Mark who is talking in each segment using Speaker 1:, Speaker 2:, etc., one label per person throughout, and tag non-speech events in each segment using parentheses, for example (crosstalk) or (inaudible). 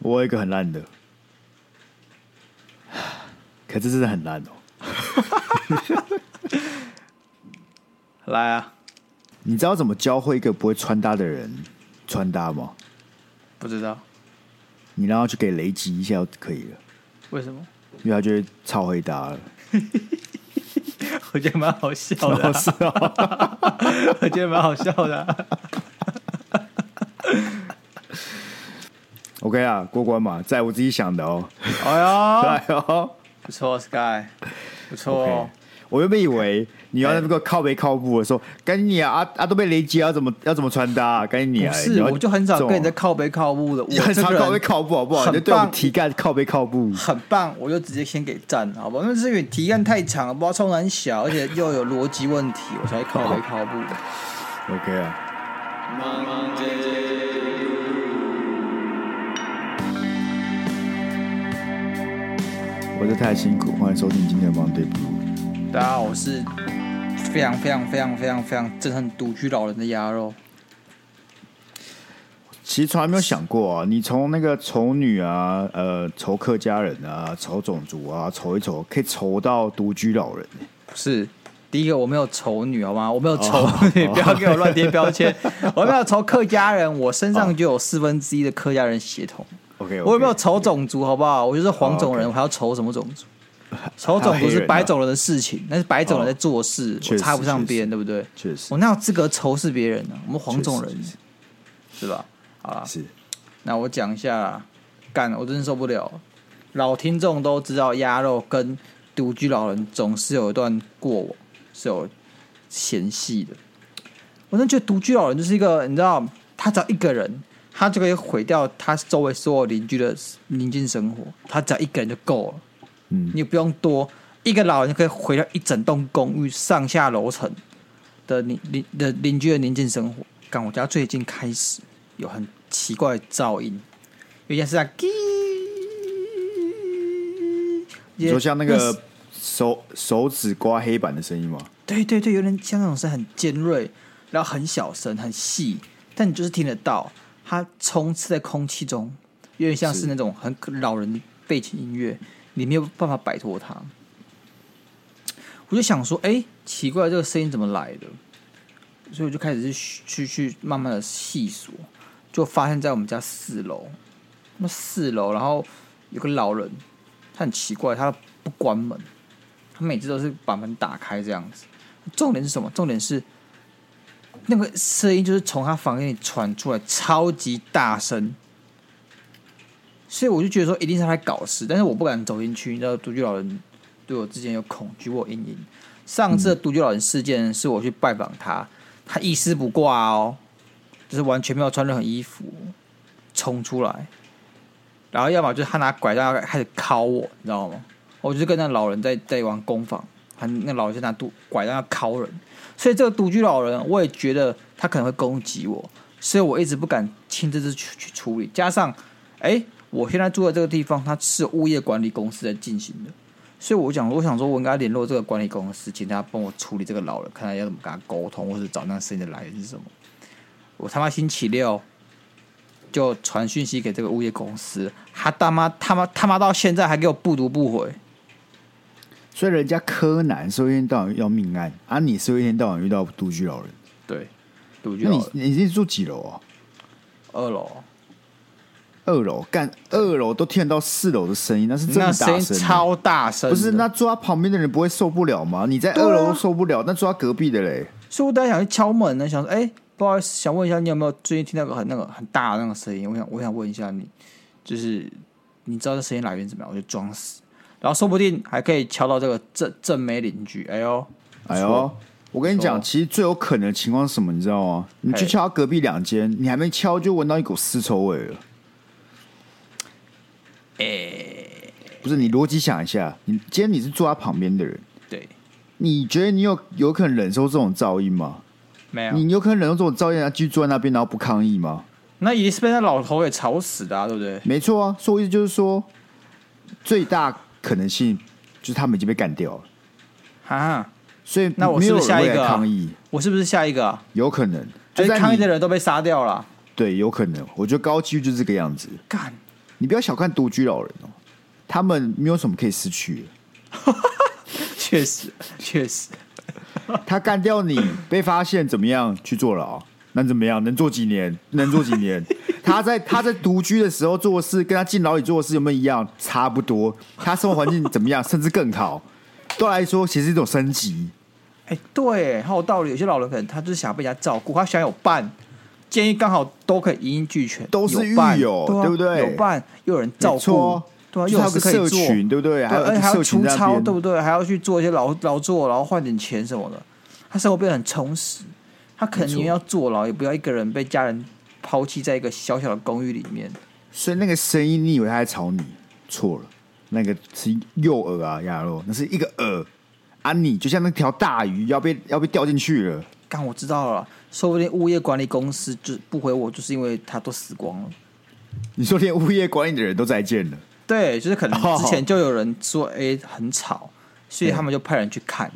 Speaker 1: 我有一个很烂的， (sighs) 可这真的很烂哦。
Speaker 2: 来啊，
Speaker 1: 你知道怎么教会一个不会穿搭的人穿搭吗？
Speaker 2: 不知道
Speaker 1: 你让他去给雷击一下就可以了，
Speaker 2: 为
Speaker 1: (laughs)
Speaker 2: 什么，
Speaker 1: 因为他就会超会搭
Speaker 2: (laughs)
Speaker 1: 了。
Speaker 2: 我觉得蛮好笑的、啊，
Speaker 1: 是哦，
Speaker 2: (laughs) 我觉得蛮好笑的啊、
Speaker 1: (laughs) OK 啊，过关嘛，在我自己想的哦。 (laughs)
Speaker 2: 哎呦，
Speaker 1: 来哦
Speaker 2: 不错，Sky，不错
Speaker 1: ，OK
Speaker 2: 哦。
Speaker 1: 我原本以为你要
Speaker 2: 哎
Speaker 1: 那个靠背靠步的说，赶紧你啊啊啊都被雷击，要怎么要怎么穿搭、啊？赶紧你啊！
Speaker 2: 不
Speaker 1: 你
Speaker 2: 是，
Speaker 1: 要
Speaker 2: 我就很少跟人家
Speaker 1: 这
Speaker 2: 靠背靠步的，我
Speaker 1: 种很
Speaker 2: 这
Speaker 1: 常
Speaker 2: 个
Speaker 1: 靠背
Speaker 2: 人
Speaker 1: 靠步好不好？
Speaker 2: 很
Speaker 1: 你就对我们
Speaker 2: 棒
Speaker 1: 题干靠背靠步。
Speaker 2: 很棒，我就直接先给赞，好吧？那是因为题干太长了，不知道冲很小，而且又有逻辑问题，我才靠背靠步的。
Speaker 1: OK 啊。我这太辛苦，欢迎收听今天的 Monday Blue。
Speaker 2: 大家好，我是非常非常非常非常非常憎恨独居老人的鸭肉。
Speaker 1: 其实从来没有想过啊，你从那个丑女啊，呃，仇客家人啊，仇种族啊，仇一仇，可以仇到独居老人、
Speaker 2: 不是，第一个我没有丑女，好吗？我没有丑
Speaker 1: 哦
Speaker 2: (laughs) 女，不要给我乱贴
Speaker 1: (laughs)
Speaker 2: 标签。我没有仇客家人，我身上就有四分之一的客家人血统。
Speaker 1: 哦 OK，,
Speaker 2: 我有没有仇种族，好不好？我就是黄种人，
Speaker 1: 哦，OK
Speaker 2: 我还要仇什么种
Speaker 1: (laughs)
Speaker 2: 族？
Speaker 1: 啊
Speaker 2: 仇种族是白种人的事情，那是白种人在做事，
Speaker 1: 哦确
Speaker 2: 我
Speaker 1: 实
Speaker 2: 插不上
Speaker 1: 确实
Speaker 2: 边，对不对？
Speaker 1: 确实
Speaker 2: 我哪有资格仇视别人呢、我们黄种人啊
Speaker 1: 确实
Speaker 2: 是吧？好啦，
Speaker 1: 是
Speaker 2: 那我讲一下啦，干，我真受不了了。老听众都知道，鸭肉跟独居老人总是有一段过往，是有嫌隙的。我真的觉得独居老人就是一个，你知道，他只要一个人，他就可以毁掉他周围所有邻居的邻近生活。他只要一个人就够了，
Speaker 1: 嗯
Speaker 2: 你也不用多，一个老人就可以毁掉一整栋公寓上下楼层的邻邻的邻居的邻近生活。干，我家最近开始有很奇怪的噪音，有点是在叽。
Speaker 1: 你说像那个
Speaker 2: 是
Speaker 1: 手手指刮黑板的声音吗？
Speaker 2: 对对对，有点像那种声很尖锐，然后很小声、很细，但你就是听得到，它充斥在空气中，有点像是
Speaker 1: 是
Speaker 2: 那种很老人的背景音乐，你没有办法摆脱它。我就想说，哎，奇怪，这个声音怎么来的？所以我就开始去去去慢慢的细数，就发现在我们家四楼，那四楼，然后有个老人，他很奇怪，他不关门，他每次都是把门打开这样子。重点是什么？重点是那个声音就是从他房间里传出来，超级大声。所以我就觉得说，一定是他在搞事，但是我不敢走进去。你知道，独居老人对我之前有恐惧，我有阴影。上次的独居老人事件是我去拜访他，他一丝不挂哦，就是完全没有穿任何衣服冲出来，然后要么就是他拿拐杖要开始敲我，你知道吗？我就是跟那老人在在玩攻防，他那老人就拿独拐杖要敲人，所以这个独居老人我也觉得他可能会攻击我，所以我一直不敢亲自去去处理。加上，哎，我现在住的这个地方，它是物业管理公司在进行的，所以我想，我想说，我应该联络这个管理公司，请他帮我处理这个老人，看他要怎么跟他沟通，或是找那个声音的来源是什么。我他妈星期六就传讯息给这个物业公司，他他妈他妈他妈到现在还给我不读不回。
Speaker 1: 所以人家柯南是会一天到晚要命案，啊，你是会一天到晚遇到独居老人。
Speaker 2: 对，独居
Speaker 1: 那
Speaker 2: 老
Speaker 1: 你
Speaker 2: 人
Speaker 1: 你是住几楼啊？
Speaker 2: 二楼，
Speaker 1: 二楼干二楼都听得到四楼的声音，那是真
Speaker 2: 那
Speaker 1: 的
Speaker 2: 声
Speaker 1: 大
Speaker 2: 音
Speaker 1: 声。
Speaker 2: 超大声
Speaker 1: 不
Speaker 2: 的，
Speaker 1: 是，那坐他旁边的人不会受不了吗？你在
Speaker 2: 对啊
Speaker 1: 二楼都受不了，那坐他隔壁的嘞，
Speaker 2: 所以我当时想去敲门呢，想说，哎、不好意思，想问一下你有没有最近听到个很那个很大的那个声音？我想，我想问一下你，就是你知道这声音来源怎么样？我就装死，然后说不定还可以敲到这个正正妹邻居。哎呦，
Speaker 1: 哎呦！我跟你
Speaker 2: 不
Speaker 1: 讲，
Speaker 2: 错哎
Speaker 1: 其实最有可能的情况是什么，你知道吗？你去
Speaker 2: 嘿
Speaker 1: 敲他隔壁两间，你还没敲就闻到一股尸臭味了。哎、不是，你逻辑想一下，你今天你是坐他旁边的人，
Speaker 2: 对，
Speaker 1: 你觉得你有有可能忍受这种噪音吗？
Speaker 2: 没有，
Speaker 1: 你有可能忍受这种噪音，然后继续坐在那边，然后不抗议吗？
Speaker 2: 那一定是被那老头给吵死的、啊，对不对？
Speaker 1: 没错啊，所以我意思就是说，最大可能性就是他们已经被干掉了，
Speaker 2: 哈，
Speaker 1: 所以
Speaker 2: 那我
Speaker 1: 没
Speaker 2: 是
Speaker 1: 有
Speaker 2: 不是
Speaker 1: 人会
Speaker 2: 下一个
Speaker 1: 来
Speaker 2: 啊
Speaker 1: 抗议，
Speaker 2: 我是不是下一个、啊？
Speaker 1: 有可能
Speaker 2: 就是
Speaker 1: 在
Speaker 2: 抗议
Speaker 1: 你
Speaker 2: 的人都被杀掉了，啊
Speaker 1: 对，有可能，我觉得高几率就是这个样子。
Speaker 2: 干，
Speaker 1: 你不要小看独居老人哦，他们没有什么可以失去
Speaker 2: 确实确实，
Speaker 1: 的。他干掉你，被发现怎么样去坐牢？能怎么样？能坐几年？能坐几年？他在他在独居的时候做的事，跟他进牢里做的事有没有一样？差不多。他生活环境怎么样？甚至更好。对他来说，其实是一种升级。
Speaker 2: 哎、对，很有道理。有些老人可能他就是想要被人家照顾，他想有伴，建议刚好都可以一应俱全，
Speaker 1: 都是
Speaker 2: 有伴
Speaker 1: 狱友
Speaker 2: 对啊
Speaker 1: 对不对
Speaker 2: 有伴，又有人照
Speaker 1: 没
Speaker 2: 顾
Speaker 1: 错，哦
Speaker 2: 对啊，
Speaker 1: 就
Speaker 2: 又
Speaker 1: 是还
Speaker 2: 有
Speaker 1: 有个社
Speaker 2: 事可以做，
Speaker 1: 群，对不对？还有
Speaker 2: 而且
Speaker 1: 个
Speaker 2: 还要
Speaker 1: 社群
Speaker 2: 出
Speaker 1: 在那
Speaker 2: 操，
Speaker 1: 边，
Speaker 2: 对不对？还要去做一些劳劳作，然后换点钱什么的，他生活变得很充实。他可能宁愿要坐牢，也不要一个人被家人抛弃在一个小小的公寓里面。
Speaker 1: 所以那个声音，你以为他在吵你，错了，那个是诱饵啊，亚洛，那是一个饵，啊你就像那条大鱼要被要被掉进去了，
Speaker 2: 刚我知道了啦，说不定物业管理公司就不回我，就是因为他都死光了。
Speaker 1: 你说连物业管理的人都再见了，
Speaker 2: 对，就是可能
Speaker 1: 哦
Speaker 2: 之前就有人说，哎、很吵，所以他们就派人去看，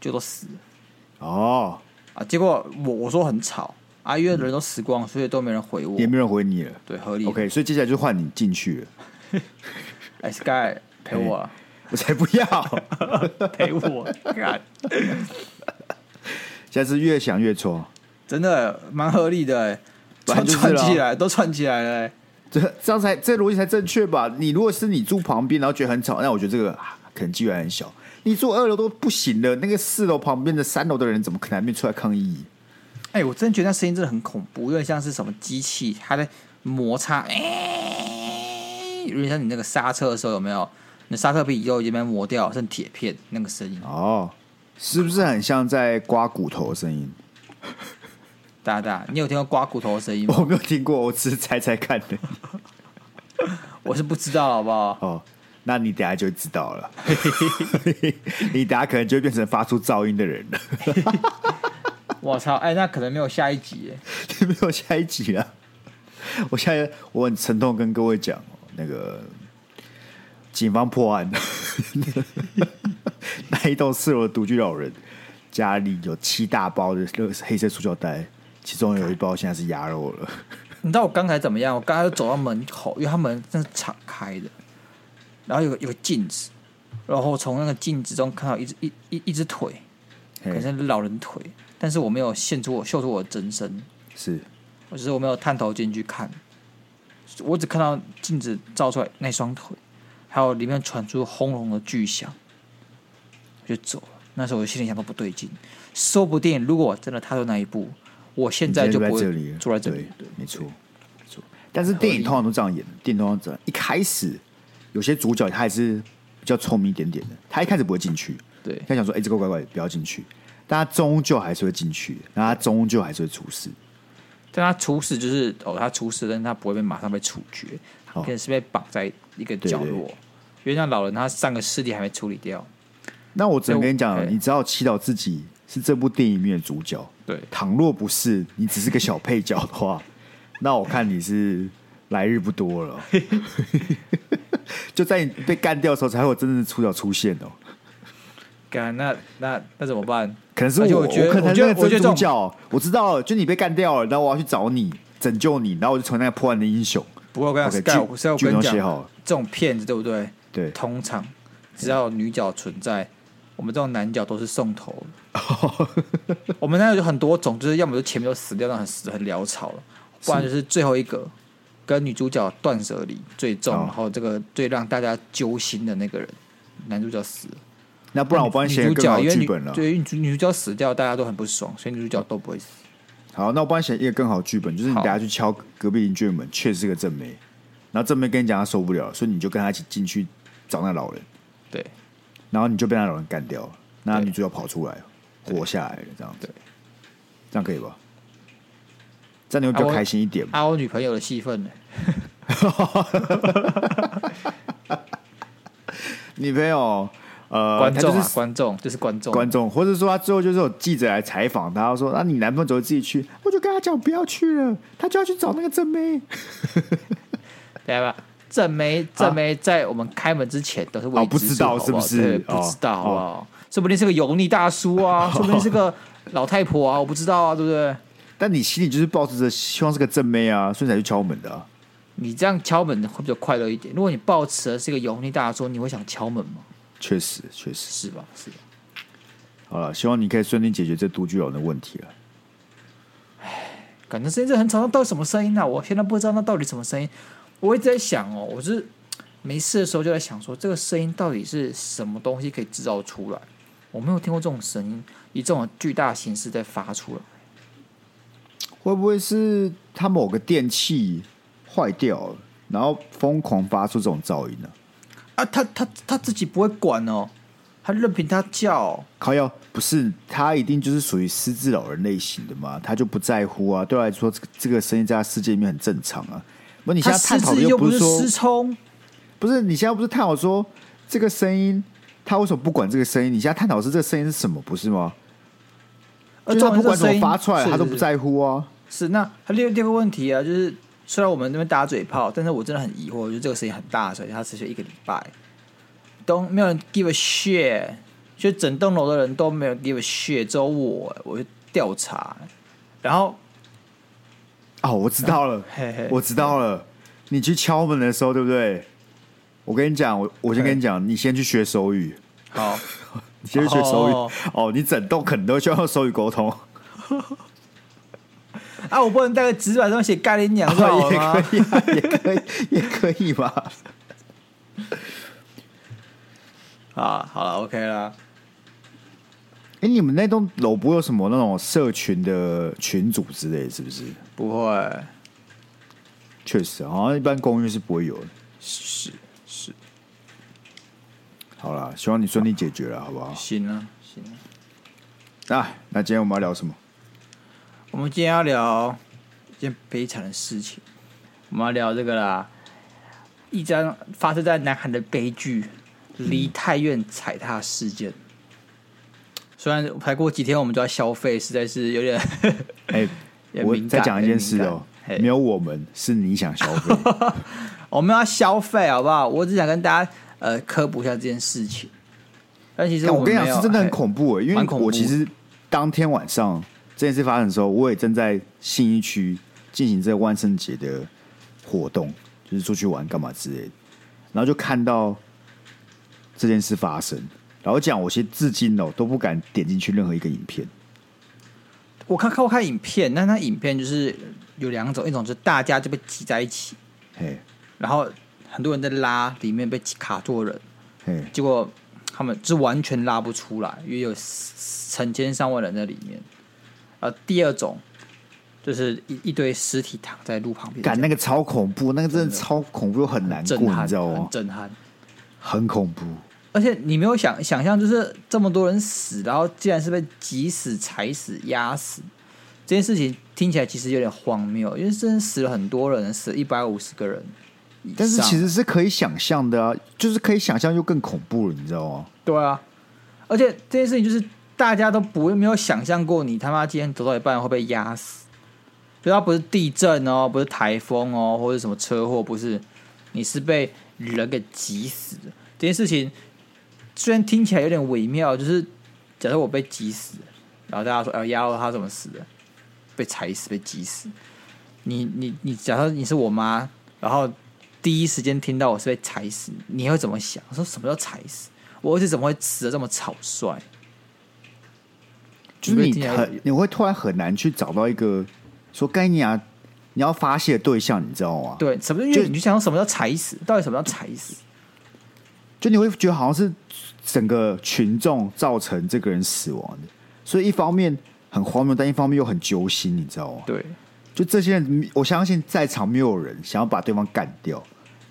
Speaker 2: 就都死了
Speaker 1: 哦，
Speaker 2: 啊。结果我我说很吵啊，因为人都死光了，所以都没人回我
Speaker 1: 也。没有人回你了。
Speaker 2: 对，合理。
Speaker 1: OK，所以接下来就换你进去了， (laughs)
Speaker 2: 哎，Sky 陪我啊，
Speaker 1: 我才不要，哎
Speaker 2: (laughs) 陪我，干
Speaker 1: 现在是越想越错，
Speaker 2: 真的蛮合理的、欸，
Speaker 1: 本来
Speaker 2: 串
Speaker 1: 就是啊
Speaker 2: 串起
Speaker 1: 啦
Speaker 2: 来都串起来了、欸。
Speaker 1: 这这样才这逻辑才正确吧？你如果是你住旁边，然后觉得很吵，那我觉得这个啊可能机会还很小。你住二楼都不行了，那个四楼旁边的三楼的人怎么可能还没出来抗议？
Speaker 2: 哎、我真的觉得那声音真的很恐怖，有点像是什么机器，它在摩擦，哎、有点像你那个刹车的时候有没有？你刹车皮都已经被磨掉，剩铁片那个声音，
Speaker 1: 哦，是不是很像在刮骨头的声音？ (laughs)
Speaker 2: 大大，你有听过刮骨头的声音吗？
Speaker 1: 我没有听过，我只是猜猜看的。
Speaker 2: 我是不知道，好不好？
Speaker 1: 哦，那你等下就知道了。 (laughs) 你等下可能就会变成发出噪音的人了。
Speaker 2: 我操，哎、那可能没有下一集耶。
Speaker 1: (laughs) 没有下一集了。 (laughs) 我现在我很沉痛跟各位讲，那个警方破案， (laughs) 那一栋四楼的独居老人家里有七大包的那个黑色塑胶袋，其中有一包现在是鸭肉了。
Speaker 2: 你知道我刚才怎么样？我刚才就走到门口，因为他门真是敞开的，然后有个有个镜子，然后从那个镜子中看到一只一一一只腿，
Speaker 1: 嘿
Speaker 2: 可能是老人腿，但是我没有现出我秀出我的真身，
Speaker 1: 是
Speaker 2: 我只是我没有探头进去看，我只看到镜子照出来那双腿，还有里面传出轰隆的巨响，我就走了。那时候我心里想到不对劲，说不定如果我真的踏出那一步，我现在就
Speaker 1: 你现在就
Speaker 2: 不会
Speaker 1: 在这里了，
Speaker 2: 坐在这里。
Speaker 1: 对，没错，没错。但是电影通常都这样演，电影通常这样，一开始有些主角他还是比较聪明一点点的，他一开始不会进去，
Speaker 2: 对
Speaker 1: 他想说，哎、这个乖乖不要进去，但他终究还是会进去，然后他终究还是会出事。
Speaker 2: 但他处死就是哦，他处死，但是他不会被马上被处决，他
Speaker 1: 哦
Speaker 2: 可能是被绑在一个
Speaker 1: 对
Speaker 2: 角
Speaker 1: 对
Speaker 2: 落，因为那老人他上个尸体还没处理掉，
Speaker 1: 那我只能
Speaker 2: 对
Speaker 1: 跟你
Speaker 2: 我
Speaker 1: 讲，
Speaker 2: 哎
Speaker 1: 你只要祈祷自己是这部电影里面的主角。
Speaker 2: 对
Speaker 1: 倘若不是，你只是个小配角的话，那我看你是来日不多了。 (laughs) 就在你被干掉的时候，才会有真正的主角出现哦。
Speaker 2: 干那那那怎么办？
Speaker 1: 可能是
Speaker 2: 而且
Speaker 1: 我，
Speaker 2: 我觉得
Speaker 1: 可能
Speaker 2: 我觉得
Speaker 1: 那个
Speaker 2: 我
Speaker 1: 真
Speaker 2: 觉得这
Speaker 1: 主
Speaker 2: 种
Speaker 1: 角，我知道了，就你被干掉了，然后我要去找你拯救你，然后我就成为那个破案的英雄。
Speaker 2: 不过我跟你
Speaker 1: OK，剧
Speaker 2: 讲，Sky，我是要跟你
Speaker 1: 剧本都
Speaker 2: 讲
Speaker 1: 写好了，
Speaker 2: 这种骗子对不对？
Speaker 1: 对，
Speaker 2: 通常只要有女角存在，我们这种男角都是
Speaker 1: (laughs)
Speaker 2: 送头的。我们那有很多种，就是要么就前面就死掉，那很死很潦草了，不然就是最后一个跟女主角断舍离最重，
Speaker 1: 哦
Speaker 2: 然后这个最让大家揪心的那个人，男主角死了。
Speaker 1: 那不然我帮你写个
Speaker 2: 女主
Speaker 1: 更
Speaker 2: 角
Speaker 1: 好
Speaker 2: 因
Speaker 1: 的
Speaker 2: 为
Speaker 1: 剧
Speaker 2: 女
Speaker 1: 本了。
Speaker 2: 对，因为女主女主角死掉，大家都很不爽，所以女主角都不会死。
Speaker 1: 好，那我帮你写一个更好的剧本，就是你
Speaker 2: 好
Speaker 1: 等下去敲隔壁邻居的门，确实是个正妹，然后正妹跟你讲她受不了，所以你就跟她一起进去找那老人，
Speaker 2: 对，
Speaker 1: 然后你就被那老人干掉了，那
Speaker 2: 对
Speaker 1: 女主角跑出来活下来了，这样子
Speaker 2: 对，
Speaker 1: 这样可以吧？这样你会比
Speaker 2: 啊
Speaker 1: 较
Speaker 2: 我
Speaker 1: 开心一
Speaker 2: (laughs)
Speaker 1: 点嘛？
Speaker 2: 啊，我女朋友的戏份呢？
Speaker 1: 女朋友，呃，
Speaker 2: 观众
Speaker 1: 她就
Speaker 2: 啊
Speaker 1: 是，
Speaker 2: 观众就是观众，
Speaker 1: 观众，或者说他最后就是有记者来采访他，他说：“那、你男朋友怎么自己去？”我就跟他讲不要去了，他就要去找那个正妹。 (laughs)
Speaker 2: 对吧？正梅，正梅在我们开门之前都是未
Speaker 1: 哦不
Speaker 2: 知
Speaker 1: 知
Speaker 2: 数
Speaker 1: 道
Speaker 2: 好
Speaker 1: 是不
Speaker 2: 不好
Speaker 1: 是
Speaker 2: 对
Speaker 1: 哦
Speaker 2: 不知道，好不
Speaker 1: 哦
Speaker 2: 好？说不定是个油腻大叔
Speaker 1: (laughs)
Speaker 2: 啊，说不定是个老太婆啊，我不知道啊，对不对？
Speaker 1: 但你心里就是抱着希望是个正妹啊，所以才去敲门的啊、
Speaker 2: 你这样敲门会比较快乐一点。如果你抱持的是一个油腻大叔，你会想敲门吗？
Speaker 1: 确实确实。
Speaker 2: 是吧？是吧？
Speaker 1: 好了，希望你可以顺利解决这独居老人的问题了。
Speaker 2: 感觉声音真的很吵，那到底什么声音啊？我现在不知道那到底什么声音。我一直在想哦，我是没事的时候就在想说，这个声音到底是什么东西可以制造出来？我没有听过这种声音，以这种巨大的形式在发出来。
Speaker 1: 会不会是它某个电器坏掉了，然后疯狂发出这种噪音呢、
Speaker 2: 啊，他他他自己不会管哦，他任凭他叫哦、
Speaker 1: 靠腰不是他一定就是属于失智老人类型的嘛，他就不在乎啊。对他来说，这个这个声音在他世界里面很正常啊。不，你现
Speaker 2: 他
Speaker 1: 在探
Speaker 2: 失
Speaker 1: 讨
Speaker 2: 智
Speaker 1: 的
Speaker 2: 又
Speaker 1: 不
Speaker 2: 不
Speaker 1: 是
Speaker 2: 是
Speaker 1: 说
Speaker 2: 失聪，
Speaker 1: 不是，你现在不是探讨说这个声音，他为什么不管这个声音？你现在探讨的是这个声音是什么，不是吗？
Speaker 2: 而
Speaker 1: 就
Speaker 2: 重
Speaker 1: 他不
Speaker 2: 点
Speaker 1: 管
Speaker 2: 呃是
Speaker 1: 怎
Speaker 2: 声
Speaker 1: 么
Speaker 2: 音
Speaker 1: 发出来，
Speaker 2: 是
Speaker 1: 他都
Speaker 2: 是
Speaker 1: 不在乎啊。
Speaker 2: 是，那还有第二个问题啊，就是虽然我们那边打嘴炮，但是我真的很疑惑，就是这个声音很大的时候，它持续一个礼拜，都没有人 give a shit，就整栋楼的人都没有 give a shit，只有我，我就调查，然后
Speaker 1: 哦，我知道了，
Speaker 2: (laughs) 嘿嘿
Speaker 1: 我知道了。你去敲门的时候，对不对？我跟你讲，我我先跟你讲，你先去学手语，
Speaker 2: 好，
Speaker 1: 你先去学手语。
Speaker 2: 哦
Speaker 1: 哦你整栋可能都需要用手语沟通，
Speaker 2: 啊，我不能带个纸板上面写概念娘
Speaker 1: (laughs)
Speaker 2: 就 (laughs) 好了吗？
Speaker 1: 也可以、啊，也可以，也可以吧。
Speaker 2: 啊，好了，OK 啦，
Speaker 1: 哎、你们那栋楼不会有什么那种社群的群组之类，是不是？
Speaker 2: 不会，
Speaker 1: 确实，好像一般公寓是不会有的。
Speaker 2: 是是，
Speaker 1: 好啦，希望你顺利解决了，好不好？
Speaker 2: 行啊行啊，
Speaker 1: 啊，那今天我们要聊什么？
Speaker 2: 我们今天要聊一件悲惨的事情，我们要聊这个啦，一张发生在南韩的悲剧——梨泰院踩踏事件。虽然才过几天我们就要消费，实在是有点 (laughs)
Speaker 1: 哎、
Speaker 2: 也
Speaker 1: 我
Speaker 2: 敏
Speaker 1: 再
Speaker 2: 感
Speaker 1: 讲一
Speaker 2: 也
Speaker 1: 件
Speaker 2: 敏
Speaker 1: 事
Speaker 2: 感
Speaker 1: 哦、
Speaker 2: 嘿
Speaker 1: 没有我们，是你想消费。
Speaker 2: 我们要消费好不好？我只想跟大家呃科普一下这件事情。但 (laughs) 其实
Speaker 1: 但我
Speaker 2: 们
Speaker 1: 跟你
Speaker 2: 没
Speaker 1: 讲，
Speaker 2: 有
Speaker 1: 是真的很
Speaker 2: 嘿
Speaker 1: 恐怖、欸，因为
Speaker 2: 蛮恐怖
Speaker 1: 我其实当天晚上这件事发生的时候，我也正在信义区进行这个万圣节的活动，就是出去玩干嘛之类的，然后就看到这件事发生，然后讲我其实至今哦、都不敢点进去任何一个影片，
Speaker 2: 哎我看看我看影片，那那影片就是有两种，一种就是大家就被挤在一起，
Speaker 1: 嘿，
Speaker 2: 然后很多人在拉，里面被卡住的人，
Speaker 1: 嘿，
Speaker 2: 结果他们是完全拉不出来，因为有成千上万人在里面。呃，第二种就是一一堆尸体躺在路旁边，
Speaker 1: 感那个超恐怖，那个真的超恐怖又很难过，
Speaker 2: 震撼，
Speaker 1: 你知道
Speaker 2: 很
Speaker 1: 吗？
Speaker 2: 震撼。
Speaker 1: 很恐怖，
Speaker 2: 而且你没有想想象，就是这么多人死，然后竟然是被挤死、踩死、压死，这件事情听起来其实有点荒谬，因为真的死了很多人，死一百五十个人以上。
Speaker 1: 但是其实是可以想象的啊，就是可以想象又更恐怖了，你知道吗？
Speaker 2: 对啊，而且这件事情就是大家都不没有想象过，你他妈今天走到一半会被压死，就它不是地震哦，不是台风哦，或者什么车祸，不是，你是被人给挤死的。这件事情虽然听起来有点微妙，就是假设我被挤死，然后大家说，哎，压到他怎么死的？被踩死，被挤死。你你你，假设你是我妈，然后第一时间听到我是被踩死，你会怎么想？说什么叫踩死？我儿子怎么会死的这么草率？
Speaker 1: 就是
Speaker 2: 听
Speaker 1: 你
Speaker 2: 起来
Speaker 1: 很你会突然很难去找到一个说该你啊你要发泄的对象，你知道吗？，
Speaker 2: 对，什么？因
Speaker 1: 就
Speaker 2: 为你就想到什么叫踩死？到底什么叫踩死？
Speaker 1: 就你会觉得好像是整个群众造成这个人死亡的，所以一方面很荒谬，但一方面又很揪心，你知道吗？
Speaker 2: 对，
Speaker 1: 就这些人，我相信在场没有人想要把对方干掉，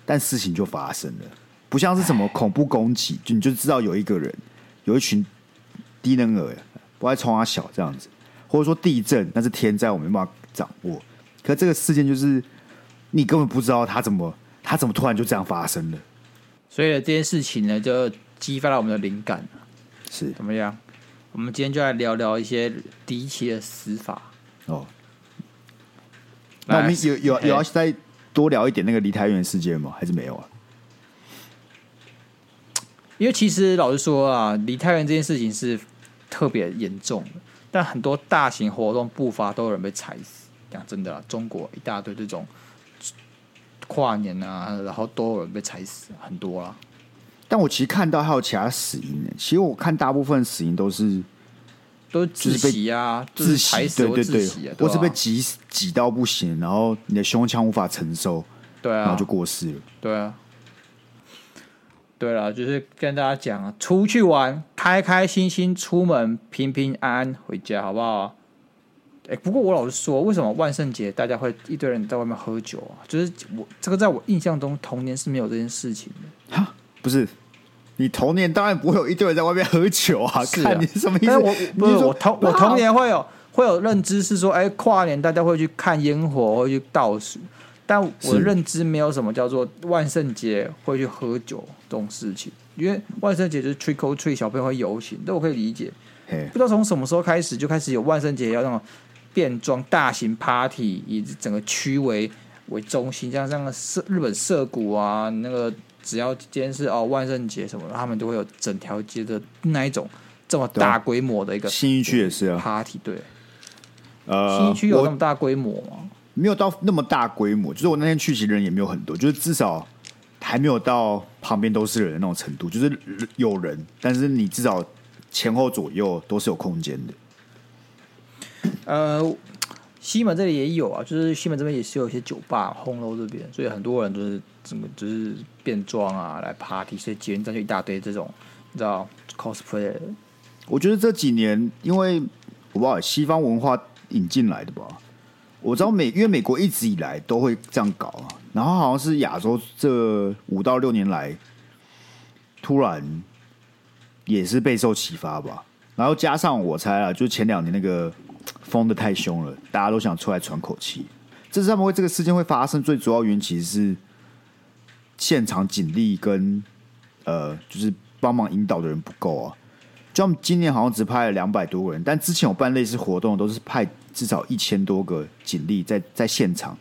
Speaker 1: 但事情就发生了，不像是什么恐怖攻击，就你就知道有一个人，有一群低能儿不爱冲他小这样子，或者说地震那是天灾，我没办法掌握。可这个事件就是你根本不知道他怎么他怎么突然就这样发生了，
Speaker 2: 所以这件事情呢，就激发了我们的灵感。
Speaker 1: 是
Speaker 2: 怎么样？我们今天就来聊聊一些离奇的死法。
Speaker 1: 哦。那我
Speaker 2: 来
Speaker 1: 们有有有要
Speaker 2: 嘿
Speaker 1: 再多聊一点那个离台原事件吗？还是没有啊？
Speaker 2: 因为其实老实说啊，离太原这件事情是特别严重的，但很多大型活动步伐都有人被踩死。讲真的啦，中国一大堆这种跨年啊，然后都有人被踩死，很多啦。
Speaker 1: 但我其实看到还有其他死因，欸其实我看大部分死因都是
Speaker 2: 都是窒息啊，就
Speaker 1: 窒
Speaker 2: 是
Speaker 1: 息，
Speaker 2: 踩死
Speaker 1: 对
Speaker 2: 或
Speaker 1: 对
Speaker 2: 窒
Speaker 1: 对
Speaker 2: 息啊，，
Speaker 1: 或是被
Speaker 2: 对啊
Speaker 1: 挤死挤到不行，然后你的胸腔无法承受，
Speaker 2: 对
Speaker 1: 然后
Speaker 2: 啊
Speaker 1: 就，过世了。
Speaker 2: 对啊，对啦，就是跟大家讲啊，出去玩，开开心心出门，平平安安回家，好不好？哎、不过我老实说，为什么万圣节大家会一堆人在外面喝酒啊？就是我这个在我印象中童年是没有这件事情的。
Speaker 1: 不是，你童年当然不会有一堆人在外面喝酒啊！
Speaker 2: (laughs) 是啊
Speaker 1: 看你是什么意
Speaker 2: 但
Speaker 1: 思？
Speaker 2: 是我
Speaker 1: 你
Speaker 2: 不是
Speaker 1: 就说
Speaker 2: 我童我
Speaker 1: 哇
Speaker 2: 童年会有会有认知是说，哎、跨年大家会去看烟火，会去倒数，但我
Speaker 1: 是
Speaker 2: 的认知没有什么叫做万圣节会去喝酒这种事情，因为万圣节就是 trick or treat，小朋友会游行，这我可以理解。
Speaker 1: 嘿
Speaker 2: 不知道从什么时候开始就开始有万圣节要那种变装大型 party，以整个区为为中心，像像社日本涩谷啊，那个只要今天是哦万圣节什么的，他们都会有整条街的那一种这么
Speaker 1: 对啊
Speaker 2: 大规模的一个
Speaker 1: 新一区也是啊，
Speaker 2: party，对，
Speaker 1: 呃，
Speaker 2: 新一区有那
Speaker 1: 我
Speaker 2: 么大规模吗？
Speaker 1: 没有到那么大规模，就是我那天去其实人也没有很多，就是至少还没有到旁边都是人的那种程度，就是有人，但是你至少前后左右都是有空间的。
Speaker 2: 呃，西门这里也有啊，就是西门这边也是有一些酒吧，红楼这边，所以很多人就是整个就是变装啊来 party，所以捷运站就一大堆这种，你知道 cosplay 的人
Speaker 1: 我觉得这几年因为我不知道西方文化引进来的吧，我知道美因为美国一直以来都会这样搞啊，然后好像是亚洲这五到六年来突然也是备受启发吧，然后加上我猜啊，就前两年那个封的太凶了，大家都想出来喘口气，这是他们会这个事件会发生最主要原因，其实是现场警力跟呃就是帮忙引导的人不够啊。就他们今年好像只派了两百多个人，但之前有办类似活动，都是派至少一千多个警力在在现场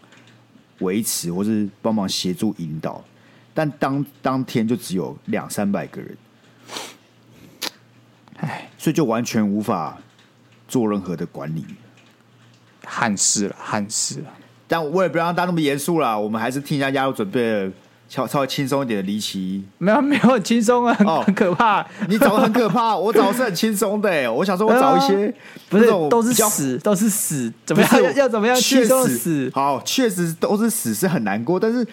Speaker 1: 维持或是帮忙协助引导，但当当天就只有两三百个人，唉，所以就完全无法做任何的管理。
Speaker 2: 汉室了，汉室了。
Speaker 1: 但我也不让大家那么严肃啦，我们还是听一下亚洲准备了稍稍微轻松一点的离奇。
Speaker 2: 没有没有很轻松啊，很
Speaker 1: 哦
Speaker 2: 很可怕，
Speaker 1: 你找的很可怕，我找的是很轻松的、欸，我想说我找一
Speaker 2: (laughs)
Speaker 1: 些、
Speaker 2: 呃不是
Speaker 1: 那种
Speaker 2: 都是
Speaker 1: 比较
Speaker 2: 死，都是死，怎
Speaker 1: 不
Speaker 2: 么样
Speaker 1: 是
Speaker 2: 要要怎么样
Speaker 1: 确
Speaker 2: 轻松地
Speaker 1: 实
Speaker 2: 死？
Speaker 1: 好，确实都是死是很难过，但是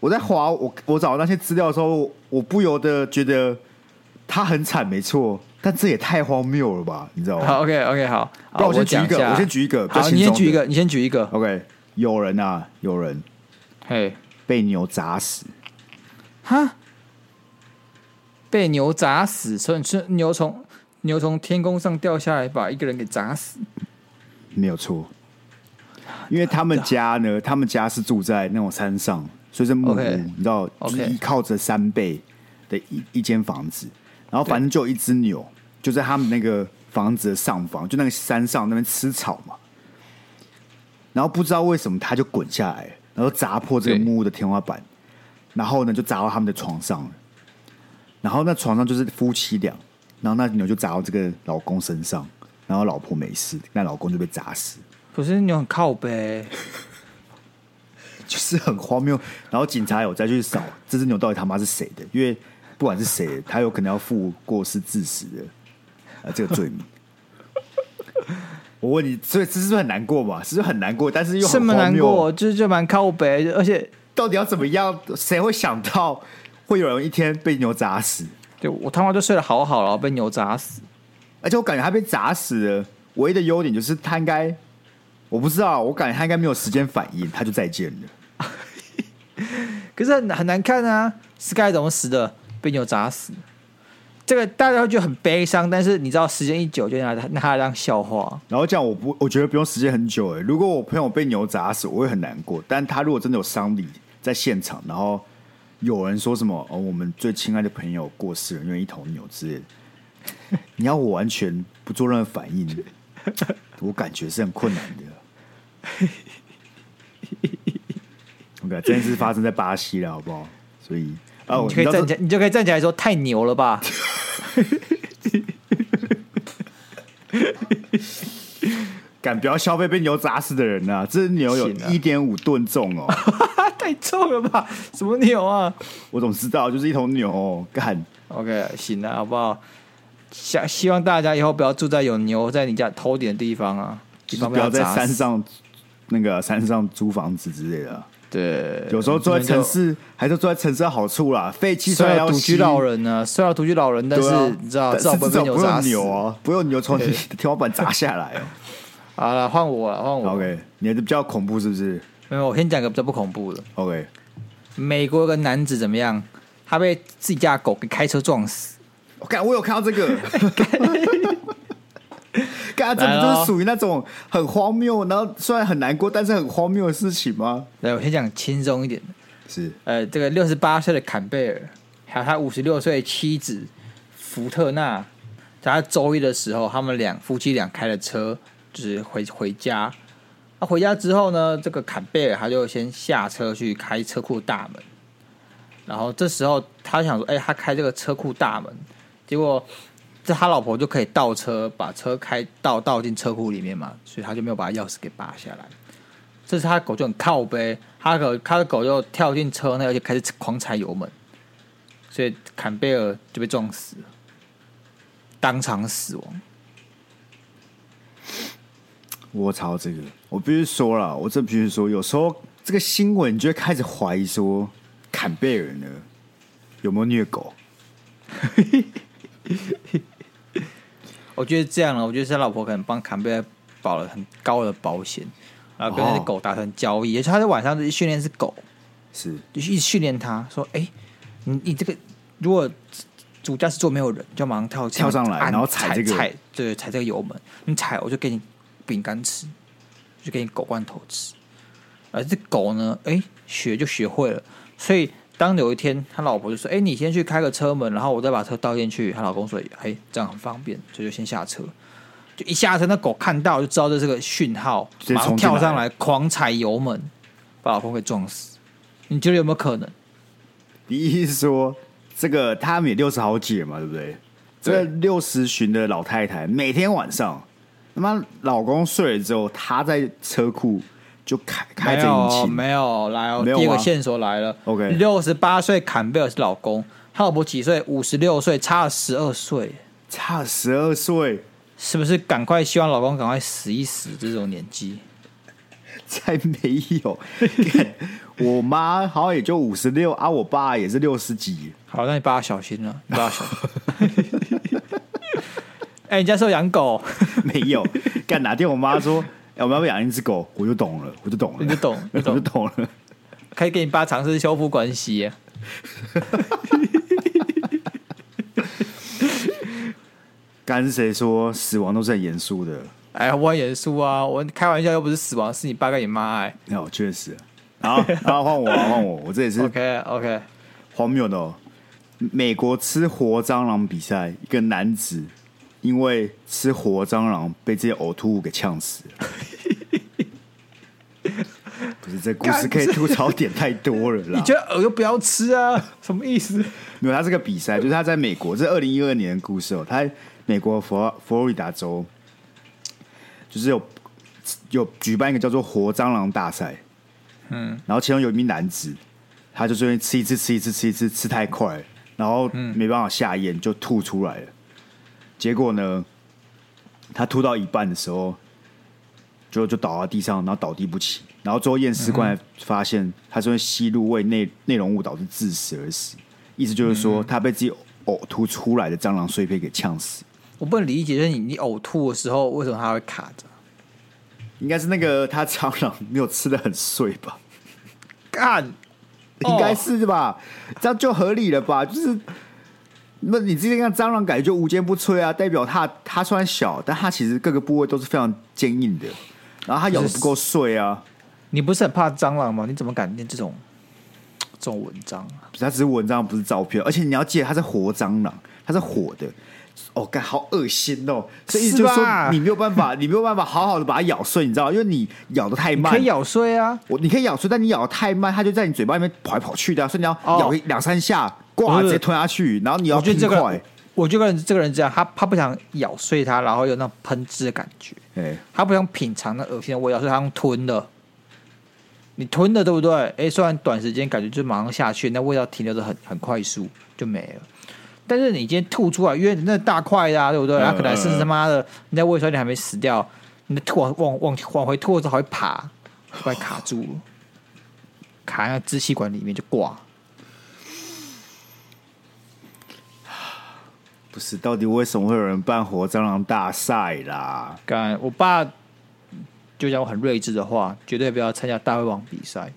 Speaker 1: 我在划我我找那些资料的时候，我我不由得觉得他很惨，没错，但这也太荒谬了吧，你知道吗
Speaker 2: 好，OK OK，好，
Speaker 1: 不然
Speaker 2: 好
Speaker 1: 我先举
Speaker 2: 讲
Speaker 1: 一个
Speaker 2: 下
Speaker 1: 我先举一个比较
Speaker 2: 好，
Speaker 1: 轻
Speaker 2: 你先
Speaker 1: 松
Speaker 2: 举一
Speaker 1: 的
Speaker 2: 个，你先举一个，
Speaker 1: ？OK，有人啊，有人
Speaker 2: 嘿，
Speaker 1: 被牛砸死，
Speaker 2: 哈，被牛砸死，所以是牛从牛从天空上掉下来，把一个人给砸死，
Speaker 1: 没有错，因为他们家
Speaker 2: (laughs)
Speaker 1: 呢，他们家是住在那种山上，所以是木屋
Speaker 2: OK
Speaker 1: 你知道，就是依
Speaker 2: OK
Speaker 1: 靠着山背的一一间房子，然后反正就有一只牛就在他们那个房子的上方，就那个山上那边吃草嘛，然后不知道为什么它就滚下来了，然后砸破这个
Speaker 2: 对
Speaker 1: 木屋的天花板，然后呢就砸到他们的床上了，然后那床上就是夫妻俩，然后那牛就砸到这个老公身上，然后老婆没事，那老公就被砸死。
Speaker 2: 可是牛很靠背，
Speaker 1: 就是很荒谬。然后警察有再去找这只牛到底他妈是谁的，因为不管是谁，他有可能要负过失致死的呃这个罪名。 (laughs) 我问你，所以这是不是很难过嘛？是不是很难过？但是又
Speaker 2: 这
Speaker 1: 很
Speaker 2: 么
Speaker 1: 荒
Speaker 2: 难
Speaker 1: 谬
Speaker 2: 过，。就是就蛮靠背，而且
Speaker 1: 到底要怎么样？谁会想到会有人一天被牛砸死？
Speaker 2: 对我他妈就睡得好好，然后被牛砸死。
Speaker 1: 而且我感觉他被砸死了，唯一的优点就是他应该，我不知道，我感觉他应该没有时间反应，他就再见了。
Speaker 2: 可是很很难看啊，Sky 怎么死的？被牛砸死。这个大家会觉得很悲伤，但是你知道，时间一久就拿它拿它当笑话。
Speaker 1: 然后这样，我不，我觉得不用时间很久哎、如果我朋友被牛砸死，我会很难过。但他如果真的有丧礼在现场，然后有人说什么“哦，我们最亲爱的朋友过世了，因为一头牛”之类的， (laughs) 你要我完全不做任何反应，我感觉是很困难的。OK，这件事发生在巴西了，好不好？所以啊，我
Speaker 2: 哦你就可以
Speaker 1: 你知道这
Speaker 2: 站起来，你就可以站起来说：“太牛了吧
Speaker 1: 敢不要消费被牛砸死的人啊！这只牛有
Speaker 2: 行啊啊
Speaker 1: 一点五吨重哦，！”
Speaker 2: (laughs) 太臭了吧？什么牛啊
Speaker 1: 我怎么知道？就是一头牛 (laughs) 干。
Speaker 2: ？OK，行了，好不好？想希望大家以后不要住在有牛在你家头顶的地方啊，
Speaker 1: 就
Speaker 2: 地
Speaker 1: 是
Speaker 2: 方
Speaker 1: 不要在
Speaker 2: 砸死
Speaker 1: 山。上那个山上租房子之类的。
Speaker 2: 对，
Speaker 1: 有时候住在
Speaker 2: 你们
Speaker 1: 城
Speaker 2: 就
Speaker 1: 市，还是住在城市的好处啦。废气虽
Speaker 2: 虽
Speaker 1: 然
Speaker 2: 然
Speaker 1: 要
Speaker 2: 有独
Speaker 1: 吸
Speaker 2: 居老，人呢，虽然有独居老人，但
Speaker 1: 对
Speaker 2: 是、
Speaker 1: 啊，
Speaker 2: 你知道，
Speaker 1: 但
Speaker 2: 至少
Speaker 1: 是
Speaker 2: 不
Speaker 1: 至
Speaker 2: 会被
Speaker 1: 少
Speaker 2: 牛
Speaker 1: 不
Speaker 2: 砸
Speaker 1: 用
Speaker 2: 死。
Speaker 1: 牛啊，不用牛从你的 (laughs) 天花板砸下
Speaker 2: (laughs)
Speaker 1: 来哦。
Speaker 2: 好了，换我了，换我。
Speaker 1: OK，你的比较恐怖是不是
Speaker 2: 没有，我先讲个比较不恐怖的。
Speaker 1: ？OK，
Speaker 2: 美国有个男子怎么样？他被自己家的狗给开车撞死。
Speaker 1: 我看我有看到这个， (laughs) 干这不就是属于那种很荒谬，然后虽然很难过，但是很荒谬的事情吗？
Speaker 2: 来，我先讲轻松一点的。
Speaker 1: 是
Speaker 2: 呃，这个六十八岁的坎贝尔，还有他五十六岁的妻子福特纳，在他周一的时候，他们两夫妻俩开了车，就是回回家。那、回家之后呢，这个坎贝尔他就先下车去开车库大门，然后这时候他想说，哎、他开这个车库大门，结果这他老婆就可以倒车，把车开倒倒进车库里面嘛，所以他就没有把钥匙给拔下来。这是他的狗就很靠背，他的狗他的狗就跳进车内，而且开始狂踩油门，所以坎贝尔就被撞死了，哦当场死亡。
Speaker 1: 我操，这个我必须说了，我真必须说，有时候这个新闻你就会开始怀疑说，坎贝尔呢有没有虐狗？
Speaker 2: 我觉得这样了，我觉得是他老婆可能帮坎贝尔保了很高的保险，然后跟那只
Speaker 1: 哦
Speaker 2: 狗达成交易，而且他在晚上就训练是狗，
Speaker 1: 是
Speaker 2: 就是一直训练它，说：“哎、你你这个如果主驾驶座没有人，就马上跳
Speaker 1: 跳上来
Speaker 2: 按
Speaker 1: 然后踩这个
Speaker 2: 踩对踩这个油门，你踩我就给你饼干吃，就给你狗罐头吃。”而这狗呢，哎、学就学会了。所以当有一天他老婆就说：“哎、你先去开个车门，然后我再把车倒进去。”她老公说：“哎、这样很方便。”所以就先下车。就一下车，那狗看到就知道这是个讯号，
Speaker 1: 直接
Speaker 2: 马上
Speaker 1: 冲进
Speaker 2: 跳上
Speaker 1: 来
Speaker 2: 来，狂踩油门，把老公给撞死。你觉得有没有可能？
Speaker 1: 第一是说这个他们也六十好几了嘛，对不对？这个六十旬的老太太每天晚上，他妈老公睡了之后，她在车库就开开着引
Speaker 2: 有，
Speaker 1: 擎，
Speaker 2: 没有，来哦，
Speaker 1: 没有
Speaker 2: 第一个
Speaker 1: 吗
Speaker 2: 线索来了。
Speaker 1: OK
Speaker 2: 六十八岁坎贝尔是老公，他老婆几岁？五十六岁，差了十二岁，
Speaker 1: 差十二岁
Speaker 2: 是不是？赶快希望老公赶快死一死，这种年纪。
Speaker 1: 才没有。 (laughs) 干我妈好像也就五十六啊，我爸也是六十几，
Speaker 2: 好，那你爸小心了，你爸小心。 (laughs) 哎、你家是有养狗， (laughs)
Speaker 1: (laughs) 没有。干哪天我妈说，哎、我们要不要养一只狗？我就懂了，我就懂了，
Speaker 2: 你就懂
Speaker 1: 我
Speaker 2: 你
Speaker 1: (laughs)
Speaker 2: 懂
Speaker 1: 就懂了。
Speaker 2: 可以给你爸尝试修复关系耶。
Speaker 1: 干是谁说死亡都是很严肃的？
Speaker 2: 哎，我很严肃啊，我开玩笑又不是死亡，是你爸跟你妈哎。
Speaker 1: 哦，确实。好，然后换我，换我，我这也是
Speaker 2: OK OK，
Speaker 1: 荒谬的、哦。美国吃活蟑螂比赛，一个男子因为吃活蟑螂被这些呕吐物给呛死了。不是，这故事可以吐槽点太多了啦
Speaker 2: 你。觉得饵就不要吃啊？什么意思？ (laughs)
Speaker 1: 没有，他这个比赛就是他在美国，这是二零一二年的故事哦。他在美国佛佛罗里达州，就是有有举办一个叫做“活蟑螂大赛”，嗯，然后其中有一名男子，他就是因为吃一次吃一次吃一次吃太快了，然后没办法下咽，就吐出来了。结果呢，他吐到一半的时候，就就倒在地上，然后倒地不起。然后最后验尸官发现，他是因为吸入胃内内容物导致致死而死，意思就是说
Speaker 2: 嗯
Speaker 1: 他被自己呕吐出来的蟑螂碎片给呛死。
Speaker 2: 我不能理解，就是你你呕吐的时候，为什么它会卡着？
Speaker 1: 应该是那
Speaker 2: 嗯
Speaker 1: 个他蟑螂没有吃的很碎吧？
Speaker 2: 干，哦
Speaker 1: 应该是吧？这样就合理了吧？就是那你这看蟑螂感觉就无坚不摧啊，代表它它虽然小，但它其实各个部位都是非常坚硬的，然后它咬的不够碎啊。
Speaker 2: 你不是很怕蟑螂吗？你怎么敢念这种这种文章啊？
Speaker 1: 不是，它只是文章，不是照片。而且你要记得，它是活蟑螂，它是活的。哦，干，好恶心哦！所以意思就是
Speaker 2: 是
Speaker 1: 说
Speaker 2: 吧
Speaker 1: 你没有办法，你没有办法好好的把它咬碎，你知道吗？因为你咬的太慢，
Speaker 2: 可以咬碎啊！
Speaker 1: 我你可以咬碎，但你咬的太慢，它就在你嘴巴里面跑来跑去的啊、所以你要
Speaker 2: 哦
Speaker 1: 咬两三下，挂
Speaker 2: 不是
Speaker 1: 直接吞下去，然后你要
Speaker 2: 我觉
Speaker 1: 拼
Speaker 2: 得这
Speaker 1: 快
Speaker 2: 个。，我觉得这个人这样，他他不想咬碎它，然后有那种喷汁的感觉，
Speaker 1: 哎、
Speaker 2: 他不想品尝那恶心的味道，所以他用吞的。你吞了对不对？哎，虽然短时间感觉就马上下去，那味道停留的很很快速就没了。但是你今天吐出来，因为那大块的、啊，对不对？
Speaker 1: 嗯
Speaker 2: 然后可能甚至
Speaker 1: 嗯
Speaker 2: 他妈的你在胃酸你还没死掉，你的吐往往往往回吐的时候还会爬，快卡住了，卡在支气管里面就挂。
Speaker 1: 不是，到底为什么会有人办活蟑螂大赛啦？
Speaker 2: 干，我爸就讲我很睿智的话，绝对不要参加大胃王比赛，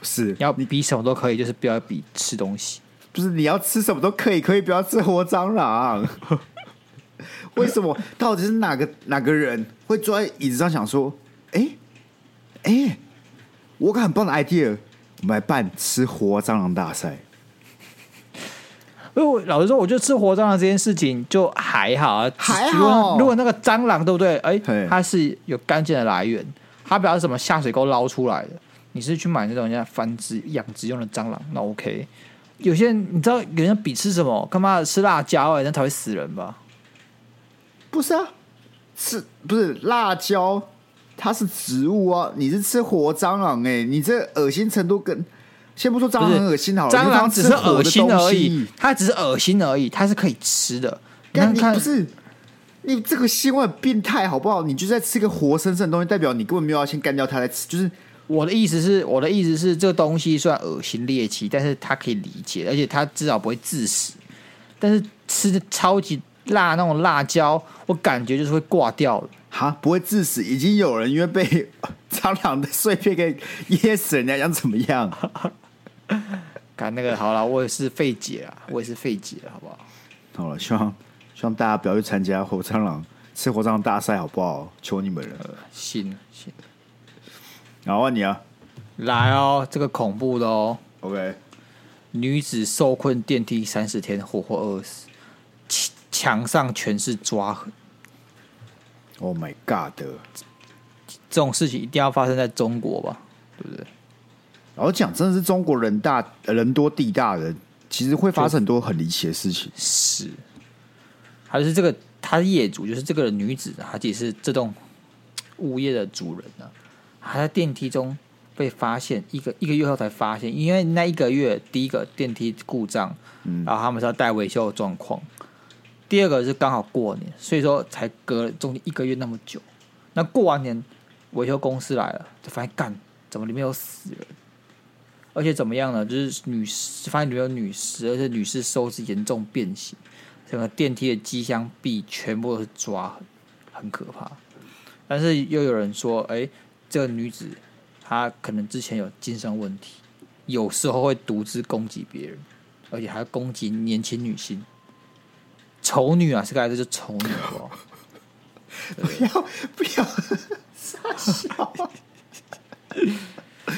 Speaker 1: 不是，
Speaker 2: 要比什么都可以，就是不要比吃东西。
Speaker 1: 不是你要吃什么都可以，可以不要吃活蟑螂。 (laughs) 为什么？到底是哪个哪个人会坐在椅子上想说，哎、哎、我有个很棒的 idea，我们来办吃活蟑螂大赛。
Speaker 2: 因为我老实说，我觉得吃活蟑螂这件事情就还好啊，
Speaker 1: 还
Speaker 2: 只如果
Speaker 1: 好
Speaker 2: 如果那个蟑螂对不对？哎、
Speaker 1: 嘿
Speaker 2: 它是有干净的来源，它不要是什么下水沟捞出来的，你是去买那种人家繁殖养殖用的蟑螂，那 OK。有些人你知道，有人比吃什么？干嘛吃辣椒、哎，那才会死人吧？
Speaker 1: 不是啊，吃不是辣椒，它是植物啊，你是吃活蟑螂哎、你这恶心程度跟先不说蟑
Speaker 2: 不
Speaker 1: 螂
Speaker 2: 是
Speaker 1: 很恶心好了，
Speaker 2: 蟑螂
Speaker 1: 你
Speaker 2: 只
Speaker 1: 就是当吃活
Speaker 2: 恶
Speaker 1: 的
Speaker 2: 心
Speaker 1: 东
Speaker 2: 而已
Speaker 1: 西。，
Speaker 2: 它只是恶心而已，它是可以吃的。
Speaker 1: 但
Speaker 2: 你
Speaker 1: 你
Speaker 2: 看
Speaker 1: 不是你这个行为很变态好不好？你就在吃个活生生的东西，代表你根本没有要先干掉它再吃，就是
Speaker 2: 我的意思是，我的意思是，这个东西虽然恶心猎奇，但是它可以理解，而且它至少不会致死。但是吃的超级辣那种辣椒，我感觉就是会挂掉的。
Speaker 1: 哈不会致死。已经有人因为被蟑螂的碎片给噎死，人家想怎么
Speaker 2: (laughs)
Speaker 1: 样？
Speaker 2: 看那个好了，我也是费解啊，我也是费解了，好不好？
Speaker 1: 好了，希望希望大家不要去参加活蟑螂吃活蟑螂大赛好不好？求你们了。
Speaker 2: 呃，行行，
Speaker 1: 然后问你啊
Speaker 2: 来哦，这个恐怖的哦，
Speaker 1: ，OK。
Speaker 2: 女子受困电梯三十天，活活饿死，墙墙上全是抓痕。
Speaker 1: Oh my god！
Speaker 2: 这种事情一定要发生在中国吧？对不对？
Speaker 1: 然后讲真的是中国人大呃人多地大的，其实会发生很多很离奇的事情。
Speaker 2: 是，还是这个他业主，就是这个女子，她自己是这栋物业的主人呢、她在电梯中被发现，一个一个月后才发现，因为那一个月第一个电梯故障，然后他们是要带维修的状况，第二个是刚好过年，所以说才隔了中间一个月那么久。那过完年，维修公司来了，就发现干，怎么里面有死人？而且怎么样呢？就是女尸，发现里面有女尸，而且女尸手指严重变形，整个电梯的机箱壁全部都是抓痕，很可怕。但是又有人说，哎、这个女子她可能之前有精神问题，有时候会独自攻击别人，而且还攻击年轻女性。丑女啊，是个孩子就丑女哦好不好？
Speaker 1: (laughs) 不要不 (laughs) 要，傻笑。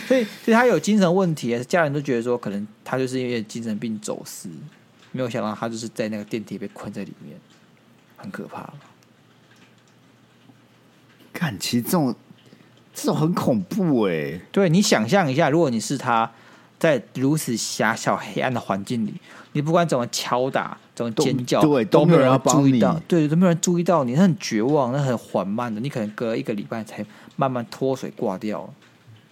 Speaker 2: 所以，所以他有精神问题，家人都觉得说，可能他就是因为精神病走私，没有想到他就是在那个电梯被困在里面，很可怕。
Speaker 1: 看，其实这种这种很恐怖哎、
Speaker 2: 对你想象一下，如果你是他，在如此狭小黑暗的环境里，你不管怎么敲打、怎么尖叫，
Speaker 1: 都对
Speaker 2: 都没
Speaker 1: 都
Speaker 2: 有
Speaker 1: 没有人要
Speaker 2: 人注
Speaker 1: 帮
Speaker 2: 意
Speaker 1: 你
Speaker 2: 到，对，都没有人注意到你，那很绝望，那很缓慢的，你可能隔了一个礼拜才慢慢脱水挂掉。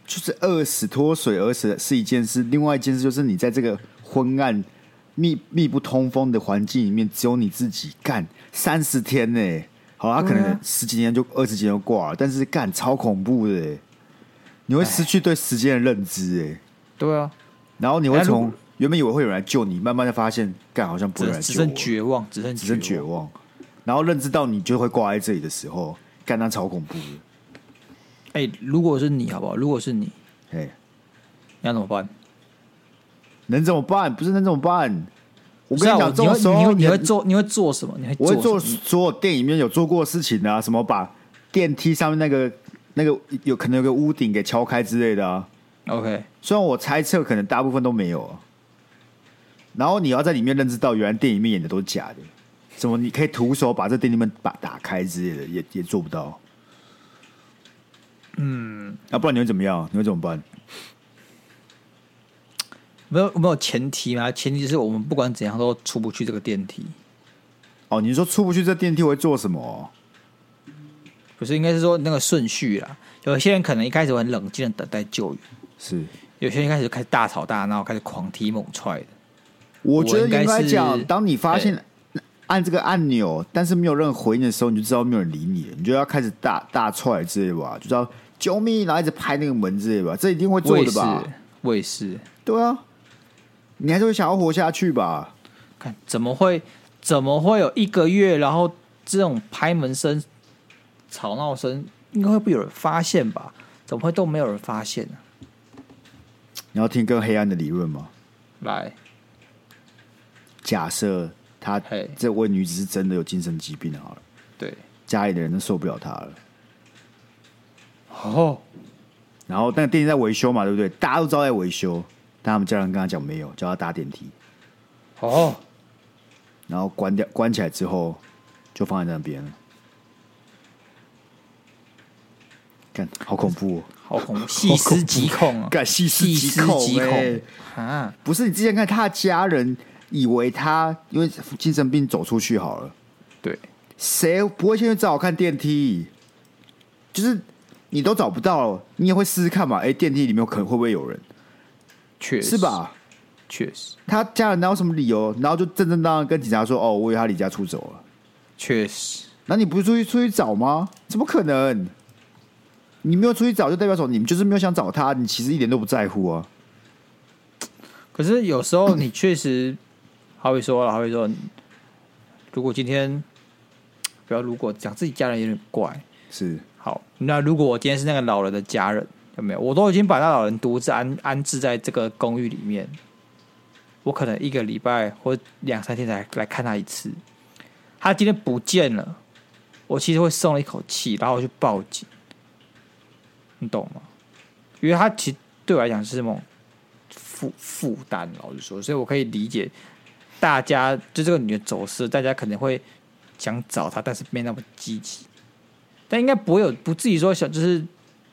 Speaker 1: 就是饿死、脱水而死是一件事，另外一件事就是你在这个昏暗、密密不通风的环境里面，只有你自己干三十天呢、欸好，他可
Speaker 2: 对
Speaker 1: 能
Speaker 2: 啊
Speaker 1: 十几年就二十几年就挂了，但是干超恐怖的欸、你会失去对时间的认知哎、
Speaker 2: 对啊，
Speaker 1: 然后你
Speaker 2: 哎
Speaker 1: 会
Speaker 2: 如
Speaker 1: 从
Speaker 2: 果
Speaker 1: 原本以为会有人来救你，慢慢的发现干好像不
Speaker 2: 只
Speaker 1: 会有人来
Speaker 2: 只
Speaker 1: 救我
Speaker 2: 剩，绝望，只剩
Speaker 1: 只剩绝
Speaker 2: 望。
Speaker 1: 望，然后认知到你就会挂在这里的时候，干那超恐怖的，
Speaker 2: 哎、如果是你，好不好？如果是你，你
Speaker 1: 哎、
Speaker 2: 要怎么办？
Speaker 1: 能怎么办？不是能怎么办？我
Speaker 2: 啊我
Speaker 1: 跟你讲，这种时
Speaker 2: 你
Speaker 1: 候
Speaker 2: 会你会
Speaker 1: 能
Speaker 2: 做你会做什么？你会
Speaker 1: 我会做
Speaker 2: 什么
Speaker 1: 所有电影里面有做过的事情啊，什么把电梯上面那个那个有可能有个屋顶给敲开之类的啊。
Speaker 2: ？OK，
Speaker 1: 虽然我猜测可能大部分都没有啊、然后你要在里面认知到，原来电影里面演的都是假的，什么你可以徒手把这电梯门把打开之类的，也也做不到。嗯，啊，不然你会怎么样？你会怎么办？
Speaker 2: 没有没有前提嘛？前提是我们不管怎样都出不去这个电梯。
Speaker 1: 哦，你说出不去这电梯我会做什么哦？
Speaker 2: 不是，应该是说那个顺序啦。有一些人可能一开始会很冷静的等待救援，
Speaker 1: 是，
Speaker 2: 有些人一开始就开始大吵大闹，开始狂踢猛踹的。
Speaker 1: 我觉得
Speaker 2: 应该
Speaker 1: 应该讲
Speaker 2: 是，
Speaker 1: 当你发现按这个按钮，但是没有任何回应的时候，你就知道没有人理你了，你就要开始大大踹之类的吧，就知道救命，然后一直拍那个门之类的吧，这一定会
Speaker 2: 我
Speaker 1: 做
Speaker 2: 也
Speaker 1: 的
Speaker 2: 是
Speaker 1: 吧？，
Speaker 2: 我也是。
Speaker 1: 对啊，你还是会想要活下去吧？
Speaker 2: 看怎么会怎么会有一个月，然后这种拍门声、吵闹声，应该会被有人发现吧？怎么会都没有人发现呢、
Speaker 1: 你要听更黑暗的理论吗？
Speaker 2: 来，
Speaker 1: 假设她
Speaker 2: 嘿
Speaker 1: 这位女子是真的有精神疾病好了，
Speaker 2: 对，
Speaker 1: 家里的人都受不了她了。
Speaker 2: 哦，
Speaker 1: 然后那个电梯在维修嘛，对不对？大家都知道在维修，但他们家人跟他讲没有，叫他搭电梯，
Speaker 2: 哦，
Speaker 1: 然后关掉关起来之后就放在那边了。看，好恐怖哦！
Speaker 2: 好
Speaker 1: (laughs)
Speaker 2: 恐怖，细思极恐啊！
Speaker 1: 干细思
Speaker 2: 细
Speaker 1: 极
Speaker 2: 思
Speaker 1: 恐
Speaker 2: 极
Speaker 1: 欸
Speaker 2: 恐啊！
Speaker 1: 不是你之前看他的家人以为他因为精神病走出去好了，
Speaker 2: 对，
Speaker 1: 谁不会先去找我看电梯？就是你都找不到，你也会试试看嘛？哎、电梯里面可能会不会有人？
Speaker 2: 确实
Speaker 1: 是吧？？
Speaker 2: 确实，
Speaker 1: 他家人哪有什么理由？然后就正正当当跟警察说：“哦，我以为他离家出走了。
Speaker 2: 确实，”
Speaker 1: 那你不是出去出去找吗？怎么可能？你没有出去找，就代表什么？你们就是没有想找他，你其实一点都不在乎啊。
Speaker 2: 可是有时候你确实，好比说了，好比说，如果今天不要如果讲自己家人有点怪，
Speaker 1: 是
Speaker 2: 好，那如果我今天是那个老人的家人，有没有？我都已经把那老人独自安安置在这个公寓里面，我可能一个礼拜或两三天才来看他一次。他今天不见了，我其实会松了一口气，然后我去报警，你懂吗？因为他其实对我来讲是那种负负担，老实说，所以我可以理解大家就这个女的走失，大家可能会想找她，但是没那么积极。但应该不会有不自己说想就是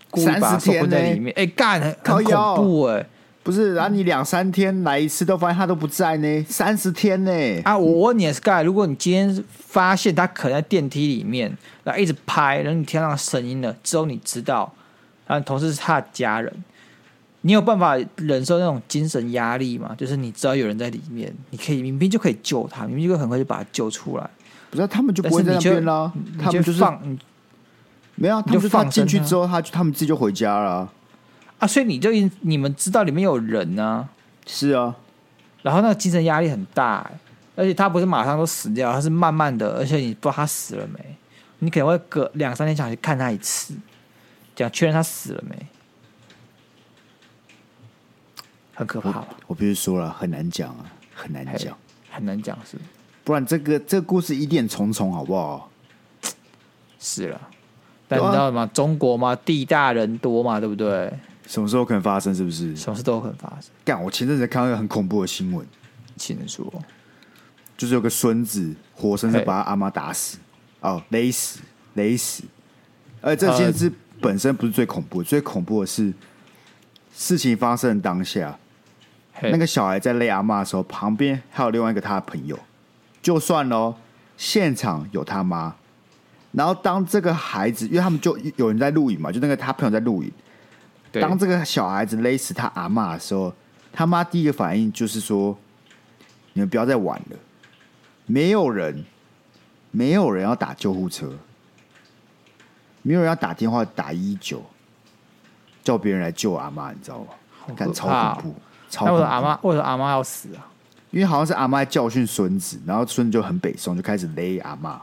Speaker 2: 故意把她
Speaker 1: 30天
Speaker 2: 困在
Speaker 1: 呢
Speaker 2: 里面，哎、干很
Speaker 1: 靠
Speaker 2: 很
Speaker 1: 腰
Speaker 2: 恐怖哎、
Speaker 1: 不是？然后你两三天来一次，都发现他都不在呢，三十天呢。
Speaker 2: 啊，我问你，Sky，如果你今天发现他可能在电梯里面，然后一直拍，然后你听到声音了，只有你知道，然后同事是他的家人，你有办法忍受那种精神压力吗？就是你知道有人在里面，你可以明明就可以救他，明明就可以很快就把他救出来，
Speaker 1: 不是他们就
Speaker 2: 但
Speaker 1: 不会
Speaker 2: 是
Speaker 1: 在
Speaker 2: 你
Speaker 1: 那
Speaker 2: 就
Speaker 1: 边啦，
Speaker 2: 你
Speaker 1: 他们就是
Speaker 2: 放你
Speaker 1: 没有啊，他们
Speaker 2: 你
Speaker 1: 就
Speaker 2: 就是
Speaker 1: 他
Speaker 2: 放生
Speaker 1: 进去
Speaker 2: 他
Speaker 1: 之后，他就他们自己就回家了啊。
Speaker 2: 啊，所以你就已你们知道里面有人啊，
Speaker 1: 是啊，
Speaker 2: 然后那个精神压力很大、欸，而且他不是马上都死掉，他是慢慢的，而且你不知道他死了没，你可能会隔两三天想去看他一次，想确认他死了没，很可怕吧？
Speaker 1: 我必须说了，很难讲啊，很难
Speaker 2: 嘿
Speaker 1: 讲。
Speaker 2: 很难讲是
Speaker 1: 不然这个这个故事疑点重重，好不好？
Speaker 2: 是了，但
Speaker 1: 对
Speaker 2: 你
Speaker 1: 啊
Speaker 2: 知道吗？中国嘛，地大人多嘛，对不对？
Speaker 1: 什么时候可能发生？是不是？
Speaker 2: 什么事都有可能发生，
Speaker 1: 干，我前阵子看到一个很恐怖的新闻，
Speaker 2: 请说。
Speaker 1: 就是有个孙子活生生
Speaker 2: 嘿
Speaker 1: 把他阿妈打死，哦，勒死，勒死。而这
Speaker 2: 呃
Speaker 1: 件事本身不是最恐怖的，最恐怖的是事情发生的当下，
Speaker 2: 嘿
Speaker 1: 那个小孩在勒阿妈的时候，旁边还有另外一个他的朋友，就算喽，现场有他妈。然后当这个孩子，因为他们就有人在录影嘛，就那个他朋友在录影，
Speaker 2: 对
Speaker 1: 当这个小孩子勒死他阿嬷的时候，他妈第一个反应就是说：“你们不要再玩了，没有人，没有人要打救护车，没有人要打电话打一九，叫别人来救我阿嬷，你知道吗？感
Speaker 2: 可
Speaker 1: 超
Speaker 2: 怕
Speaker 1: 恐怖，
Speaker 2: 哦
Speaker 1: 超
Speaker 2: 那
Speaker 1: 恐
Speaker 2: 我
Speaker 1: 怖
Speaker 2: 的阿妈，为什么阿妈要死啊？
Speaker 1: 因为好像是阿妈在教训孙子，然后孙子就很北宋，就开始勒阿嬷。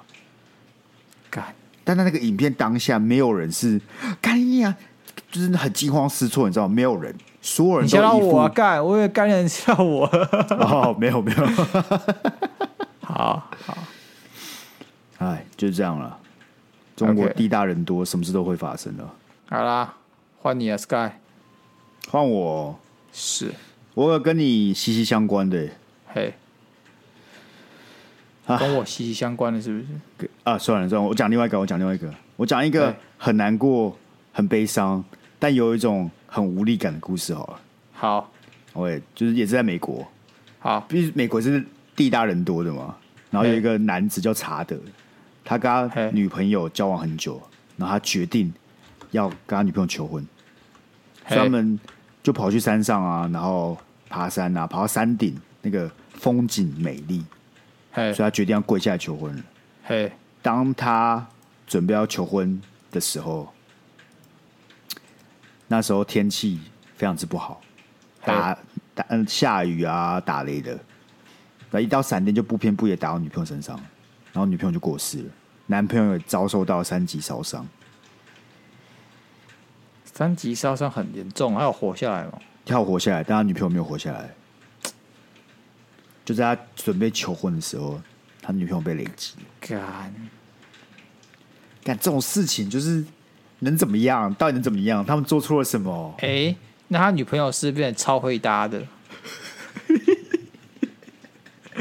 Speaker 2: 干，
Speaker 1: 但在那个影片当下，没有人是干你啊，就是很惊慌失措，你知道吗？没有人，所有人
Speaker 2: 你
Speaker 1: 都
Speaker 2: 吓到
Speaker 1: 一副
Speaker 2: 我啊！干，我以为干人吓我。
Speaker 1: (laughs)
Speaker 2: (laughs)
Speaker 1: 哦，没有没有， (laughs)
Speaker 2: 好好。
Speaker 1: 哎，就是这样了。中国
Speaker 2: OK
Speaker 1: 地大人多，什么事都会发生的。
Speaker 2: 好啦，换你了，Sky。啊
Speaker 1: 换我，
Speaker 2: 是，
Speaker 1: 我有跟你息息相关的
Speaker 2: 嘿，
Speaker 1: 啊
Speaker 2: 跟我息息相关的是不是？
Speaker 1: 啊，算了算了，我讲另外一个，我讲另外一个，我讲一个
Speaker 2: 对
Speaker 1: 很难过、很悲伤，但有一种很无力感的故事好了。
Speaker 2: 好，
Speaker 1: 我也就是也是在美国，
Speaker 2: 好，
Speaker 1: 毕竟美国是地大人多的嘛。然后有
Speaker 2: 嘿
Speaker 1: 一个男子叫查德，他跟他
Speaker 2: 嘿
Speaker 1: 女朋友交往很久，然后他决定要跟他女朋友求婚。
Speaker 2: 嘿
Speaker 1: 所以他们就跑去山上啊，然后爬山啊，爬到山顶，那个风景美丽，
Speaker 2: 嘿
Speaker 1: 所以他决定要跪下来求婚了。
Speaker 2: 嘿，
Speaker 1: 当他准备要求婚的时候，那时候天气非常之不好，打打嗯下雨啊，打雷的，那一道闪电就不偏不倚地打到女朋友身上，然后女朋友就过世了，男朋友也遭受到三级烧伤，
Speaker 2: 三级烧伤很严重，还有活下来吗？
Speaker 1: 他有活下来，但他女朋友没有活下来。就在他准备求婚的时候，他女朋友被雷击。
Speaker 2: 干，
Speaker 1: 干这种事情就是能怎么样？到底能怎么样？他们做错了什么？
Speaker 2: 哎、那他女朋友是变得超会搭的， (laughs)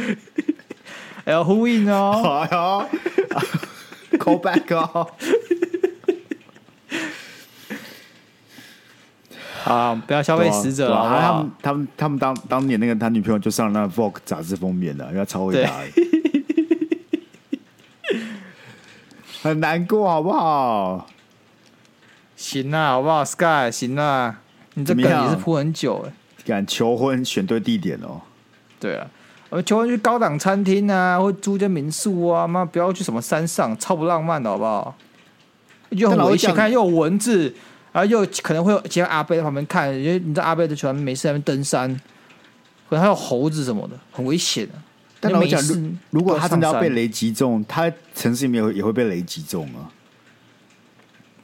Speaker 2: 哎呦，呼应哦，
Speaker 1: 哎呦 (laughs) ，call back 哦，
Speaker 2: 啊，不要消费死者
Speaker 1: 对
Speaker 2: 了，
Speaker 1: 啊
Speaker 2: 好不
Speaker 1: 他
Speaker 2: 好
Speaker 1: 们？他们他们当当年那个他女朋友就上了那 Vogue 杂志封面了，因为他超会打
Speaker 2: (laughs)
Speaker 1: 的，很难过好不好？
Speaker 2: 行啦，好不好？Sky，行啦，你这
Speaker 1: 怎么
Speaker 2: 梗也是
Speaker 1: 样
Speaker 2: 铺很久哎、
Speaker 1: 敢求婚选对地点哦，
Speaker 2: 对啊，我们求婚去高档餐厅啊，或租间民宿啊，妈不要去什么山上，超不浪漫的好不好？又很
Speaker 1: 但老
Speaker 2: 危
Speaker 1: 实
Speaker 2: 险，
Speaker 1: 讲
Speaker 2: 看又有蚊子，然后又可能会有其他阿贝在旁边看，因为你知道阿贝就喜欢没事在那边登山，可能还有猴子什么的，很危险啊。
Speaker 1: 但老实讲
Speaker 2: 没事
Speaker 1: 如果他真的要被
Speaker 2: 上山
Speaker 1: 雷击中，他城市里面也会也会被雷击中啊。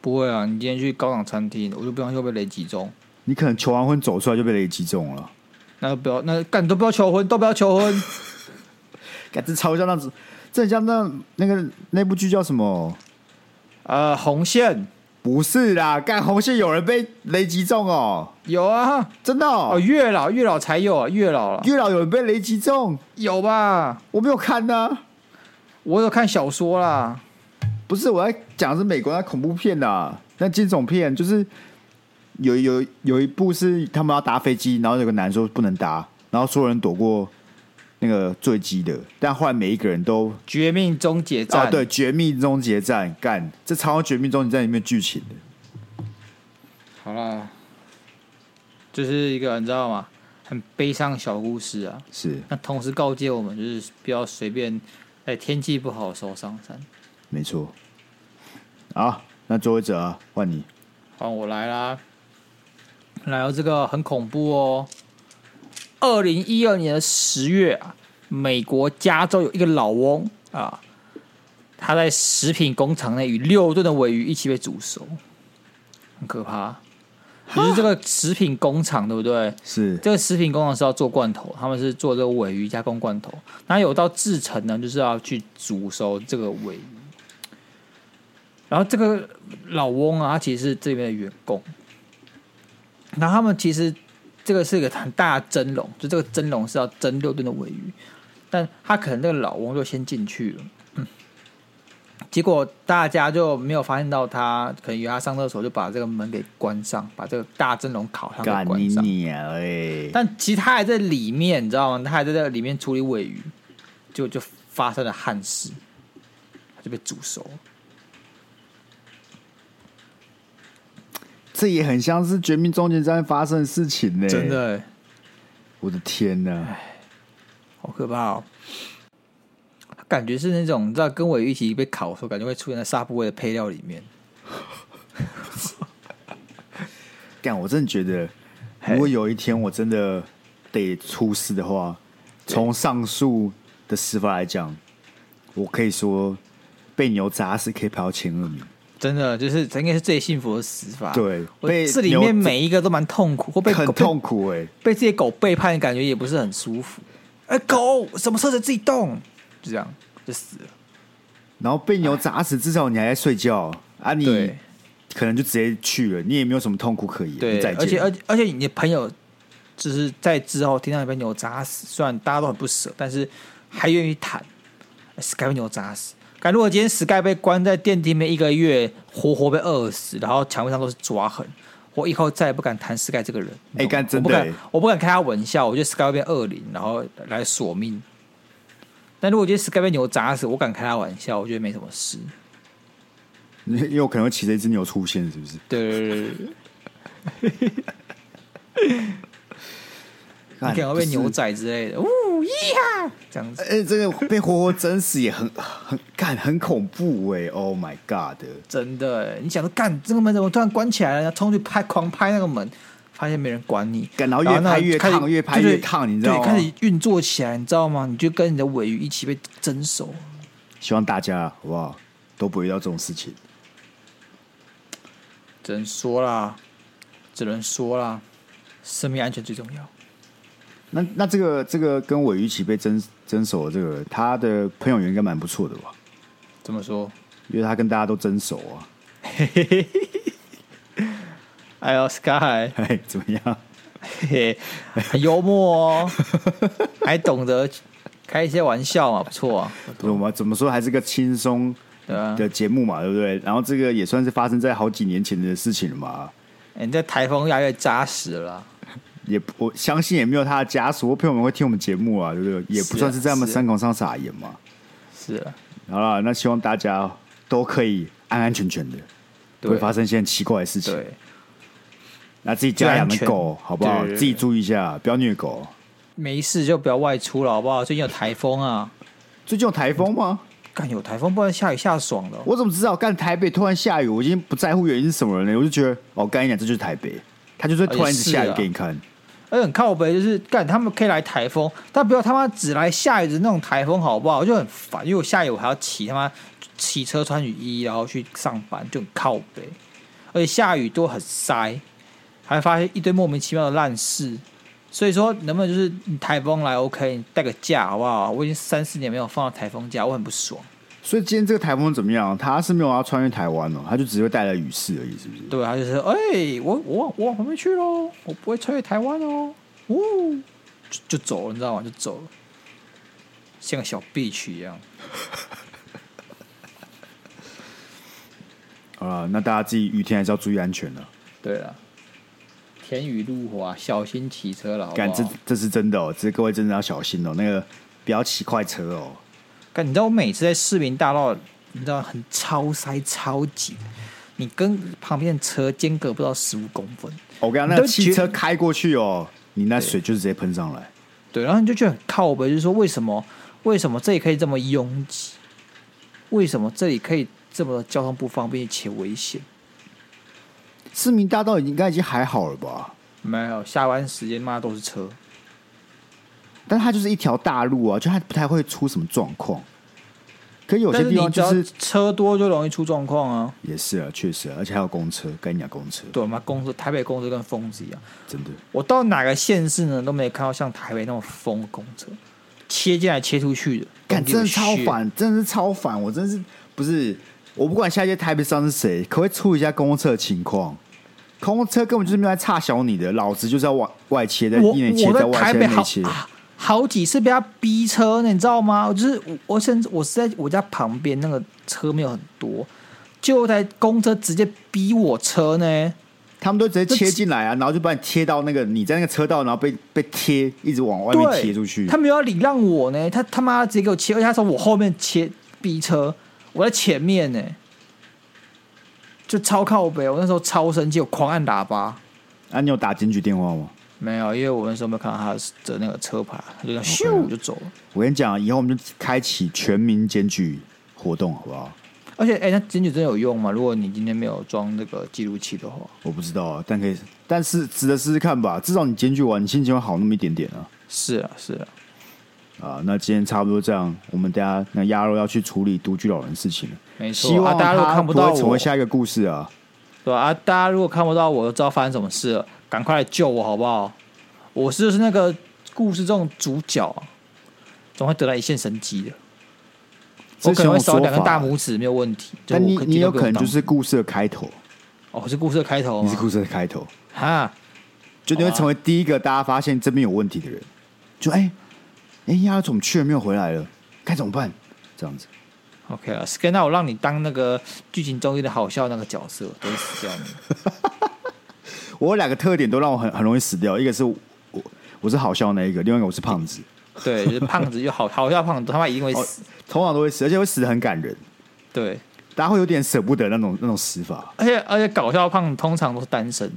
Speaker 2: 不会啊，你今天去高档餐厅，我就不相信会被雷击中。
Speaker 1: 你可能求完婚走出来就被雷击中
Speaker 2: (laughs)
Speaker 1: 了，
Speaker 2: 那就不要，那干都不要求婚，都不要求 (laughs) 婚。
Speaker 1: 感这超像那种，这很像那那个那部剧叫什么？
Speaker 2: 呃，红线
Speaker 1: 不是啦，干红线有人被雷击中哦，
Speaker 2: 有啊，
Speaker 1: 真的哦
Speaker 2: 哦，月老月老才有啊，月老了
Speaker 1: 月老有人被雷击中，
Speaker 2: 有吧？
Speaker 1: 我没有看呢、
Speaker 2: 我有看小说啦，
Speaker 1: 不是，我在讲的是美国那恐怖片啊，那惊悚片，就是有有有一部是他们要搭飞机，然后有个男说不能搭，然后所有人躲过那个坠机的，但后来每一个人都
Speaker 2: 《绝命终结
Speaker 1: 哦
Speaker 2: 战》，
Speaker 1: 对，绝命终结战干，这超像绝命终结战里面剧情的，
Speaker 2: 好啦，就是一个你知道吗？很悲伤的小故事啊。
Speaker 1: 是
Speaker 2: 那同时告诫我们，就是不要随便在天气不好的时候上山。
Speaker 1: 没错。好，那作为者啊换你，
Speaker 2: 好，我来啦，来到这个很恐怖哦。二零一二年的十月啊，美国加州有一个老翁啊，他在食品工厂内与六吨的尾鱼一起被煮熟，很可怕。就是这个食品工厂，对不对？
Speaker 1: 是
Speaker 2: 这个食品工厂是要做罐头，他们是做这个尾鱼加工罐头。那有到制成呢，就是要去煮熟这个尾鱼。然后这个老翁啊，他其实是这边的员工。然后他们其实这个是一个很大的蒸笼，就这个蒸笼是要蒸六吨的尾鱼，但他可能那个老翁就先进去了。结果大家就没有发现到他，可能以为他上厕所就把这个门给关上，把这个大蒸笼烤箱
Speaker 1: 干
Speaker 2: 给关
Speaker 1: 你
Speaker 2: 上。
Speaker 1: 娘哎！
Speaker 2: 但其实他还在里面，你知道吗？他还在这个里面处理尾鱼，就就发生了憾事，他就被煮熟了。
Speaker 1: 这也很像是《绝命终结战》发生的事情呢、
Speaker 2: 真，的、欸，
Speaker 1: 我的天呐、
Speaker 2: 好可怕哦！感觉是那种你知道跟尾鱼一起被烤的时候，感觉会出现在沙布味的配料里面。
Speaker 1: 干，我真的觉得，
Speaker 2: 嘿
Speaker 1: 如果有一天我真的得出事的话，从上述的死法来讲，我可以说被牛砸死可以排到前二名。
Speaker 2: 真的，就是这应该是最幸福的死法。
Speaker 1: 对
Speaker 2: 我
Speaker 1: 被
Speaker 2: 这里
Speaker 1: 牛
Speaker 2: 面每一个都蛮痛苦，或被
Speaker 1: 很
Speaker 2: 狗被
Speaker 1: 痛苦哎、
Speaker 2: 被这些狗背叛，感觉也不是很舒服。哎、狗什么车子自己动，就这样就死了。
Speaker 1: 然后被牛砸死，至少你还在睡觉啊，你
Speaker 2: 对。
Speaker 1: 可能就直接去了，你也没有什么痛苦可言。
Speaker 2: 对，
Speaker 1: 再见。
Speaker 2: 而且而且而且你的朋友就是在之后听到你被牛砸死，虽然大家都很不舍，但是还愿意谈。Sky 被牛砸死，感如果今天 Sky 被关在电梯里面一个月，活活被饿死，然后墙壁上都是抓痕，我以后再也不敢谈 Sky 这个人。
Speaker 1: 哎干真
Speaker 2: 我不
Speaker 1: 的
Speaker 2: 敢
Speaker 1: 哎，
Speaker 2: 我不敢开他玩笑，我觉得 Sky 会变恶灵，然后来索命。但如果今天 Sky 被牛砸死，我敢开他玩笑，我觉得没什么事。
Speaker 1: 因为我可能会骑着一只牛出现，是不是？
Speaker 2: 对对对对对。你可能会被牛
Speaker 1: 干。
Speaker 2: 仔之类的，呜咿呀，这样子。
Speaker 1: 哎，这个被活活整死也很很干，很恐怖哎、o h my god！
Speaker 2: 真的欸，你想说干这个门怎么突然关起来了？然后冲去拍，狂拍那个门，发现没人管你，
Speaker 1: 干然后越
Speaker 2: 那
Speaker 1: 拍越
Speaker 2: 开始
Speaker 1: 烫越拍
Speaker 2: 对
Speaker 1: 越烫你知道吗
Speaker 2: 对，开始运作起来，你知道吗？你就跟你的尾鱼一起被蒸熟。
Speaker 1: 希望大家好不好都不会遇到这种事情。
Speaker 2: 只能说啦，只能说啦，生命安全最重要。
Speaker 1: 那那这个这个跟尾鱼一起被争争手的这个人，他的朋友缘应该蛮不错的吧？
Speaker 2: 怎么说？
Speaker 1: 因为他跟大家都争手啊。 (laughs)
Speaker 2: 哎呦，Sky，
Speaker 1: 嘿，怎么样？
Speaker 2: 嘿嘿 (laughs) 很幽默哦，还懂得开一些玩笑嘛，不错啊，
Speaker 1: 不是我们怎么说还是个轻松
Speaker 2: 对啊。
Speaker 1: 的节目嘛，对不对？然后这个也算是发生在好几年前的事情了嘛，
Speaker 2: 哎你这台风越来越扎实了啦。
Speaker 1: 也不我相信也没有他的家属或朋友们会听我们节目啊，对不对？也不算是在他们
Speaker 2: 是啊
Speaker 1: 伤口上撒盐嘛。
Speaker 2: 是啊，
Speaker 1: 好了，那希望大家都可以安安全全的，不
Speaker 2: 对
Speaker 1: 会发生一些很奇怪的事情。
Speaker 2: 对，
Speaker 1: 那自己家养的狗
Speaker 2: 最安全
Speaker 1: 好不好？
Speaker 2: 对对对
Speaker 1: 自己注意一下，不要虐狗。
Speaker 2: 没事就不要外出了，好不好？最近有台风啊，
Speaker 1: 最近有台风吗？
Speaker 2: 干有台风，不然下雨下爽了。
Speaker 1: 我怎么知道？干台北突然下雨，我已经不在乎原因是什么了呢？我就觉得，哦，干一讲这就是台北，它就是会突然一直下雨
Speaker 2: 也是啊
Speaker 1: 给你看。
Speaker 2: 而且很靠北，就是干他们可以来台风，但不要他妈只来下雨的那种台风，好不好？我就很烦，因为我下雨我还要骑他妈骑车穿雨衣，然后去上班，就很靠北。而且下雨都很塞，还会发现一堆莫名其妙的烂事。所以说，能不能就是你台风来 OK，你带个假好不好？我已经三四年没有放到台风假，我很不爽。
Speaker 1: 所以今天这个台风怎么样？它是没有要穿越台湾哦，它就只会带来雨势而已，是不是？
Speaker 2: 对，他就是哎、我我往我往旁边去喽，我不会穿越台湾哦，呜，就就走了，你知道吗？就走了，像个小 bitch 一样。
Speaker 1: 好了，那大家自己雨天还是要注意安全了。啊
Speaker 2: 对了，田雨路滑，小心骑车了，好不
Speaker 1: 干，这
Speaker 2: 好？
Speaker 1: 这是真的哦，这各位真的要小心哦，那个不要骑快车哦。
Speaker 2: 干，你知道我每次在市民大道，你知道很超塞超挤，你跟旁边的车间隔不到十五公分，
Speaker 1: 我跟你讲，那
Speaker 2: 你
Speaker 1: 个
Speaker 2: 都
Speaker 1: 汽
Speaker 2: 觉
Speaker 1: 车开过去哦，你那水就是直接喷上来。
Speaker 2: 对，然后你就觉得很靠北，就是说为什么为什么这里可以这么拥挤？为什么这里可以这么交通不方便且危险？
Speaker 1: 市民大道已经应该已经还好了吧？
Speaker 2: 没有，下班时间妈都是车。
Speaker 1: 但它就是一条大路啊，就它不太会出什么状况。可有些地方就
Speaker 2: 但你
Speaker 1: 是
Speaker 2: 只要车多就容易出状况啊。
Speaker 1: 也是啊，确实、啊，而且还有公车，跟你讲公车，
Speaker 2: 对嘛，公司台北公司跟疯子一样，
Speaker 1: 真的
Speaker 2: 我到哪个县市呢都没有看到像台北那么疯的公车，切进来切出去的，
Speaker 1: 干真的超
Speaker 2: 烦。
Speaker 1: 烦，真的是超烦，我真是不是我不管下一届台北上是谁，可不可以出一下公车的情况？公车根本就是没有在差小你的，老子就是要外外切，在
Speaker 2: 我
Speaker 1: 一内切，
Speaker 2: 我
Speaker 1: 在
Speaker 2: 在
Speaker 1: 外
Speaker 2: 台
Speaker 1: 切，
Speaker 2: 北
Speaker 1: 在内
Speaker 2: 好
Speaker 1: 切。
Speaker 2: 啊好几次被他逼车呢，你知道吗？我就是我我甚至我是在我家旁边那个车没有很多，就在公车直接逼我车呢。
Speaker 1: 他们都直接切进来啊，然后就把你贴到那个你在那个车道，然后被被贴，一直往外面
Speaker 2: 对，
Speaker 1: 贴出去
Speaker 2: 他。没有要礼让我呢，他他妈直接给我切，而且他从我后面切逼车，我在前面呢，就超靠北。我那时候超生气，我狂按喇叭。
Speaker 1: 啊，你有打警局电话吗？
Speaker 2: 没有，因为我那时候没有看到他的那个车牌，他就这样
Speaker 1: 哦啊
Speaker 2: 咻就走了。
Speaker 1: 我跟你讲，以后我们就开启全民检举活动，好不好？
Speaker 2: 而且，哎、那检举真的有用吗？如果你今天没有装那个记录器的话，
Speaker 1: 我不知道啊，但可以，但是值得试试看吧。至少你检举完，你心情会好那么一点点啊。
Speaker 2: 是啊，是啊，
Speaker 1: 啊，那今天差不多这样，我们等一下那鸭肉要去处理独居老人的事情了。
Speaker 2: 没错。
Speaker 1: 希望
Speaker 2: 啊、大家如果
Speaker 1: 他
Speaker 2: 看
Speaker 1: 不
Speaker 2: 到
Speaker 1: 会成
Speaker 2: 我，
Speaker 1: 为下一个故事啊。
Speaker 2: 对吧、啊？大家如果看不到我，就知道发生什么事了，赶快来救我好不好？我是就是那个故事中的主角啊、总会得到一线生机的。
Speaker 1: 这
Speaker 2: 我可
Speaker 1: 是一
Speaker 2: 能会
Speaker 1: 种
Speaker 2: 少
Speaker 1: 说
Speaker 2: 两根大
Speaker 1: 法，
Speaker 2: 拇指，没有问题。就
Speaker 1: 但
Speaker 2: 我
Speaker 1: 你
Speaker 2: 可
Speaker 1: 你有可能
Speaker 2: 顶多不用当
Speaker 1: 就是故事的开头，
Speaker 2: 哦，是故事的开头
Speaker 1: 你是
Speaker 2: 吗？
Speaker 1: 故事的开头，
Speaker 2: 哈，
Speaker 1: 就你会
Speaker 2: 好啊
Speaker 1: 成为第一个大家发现这边有问题的人。就哎哎，鸭肉怎么去了没有回来了？该怎么办？这样子。
Speaker 2: OK 了，Sky，那我让你当那个剧情中间的好笑那个角色，都会死掉你。
Speaker 1: 我有两个特点都让我很很容易死掉，一个是我我我是好笑那一个，另外一个我是胖子，
Speaker 2: 对，就是胖子就好好笑胖子，他妈一定会
Speaker 1: 哦
Speaker 2: 死。
Speaker 1: 通常都会死，而且会死的很感人，
Speaker 2: 对，
Speaker 1: 大家会有点舍不得那种那种死法。
Speaker 2: 而且而且搞笑胖通常都是单身，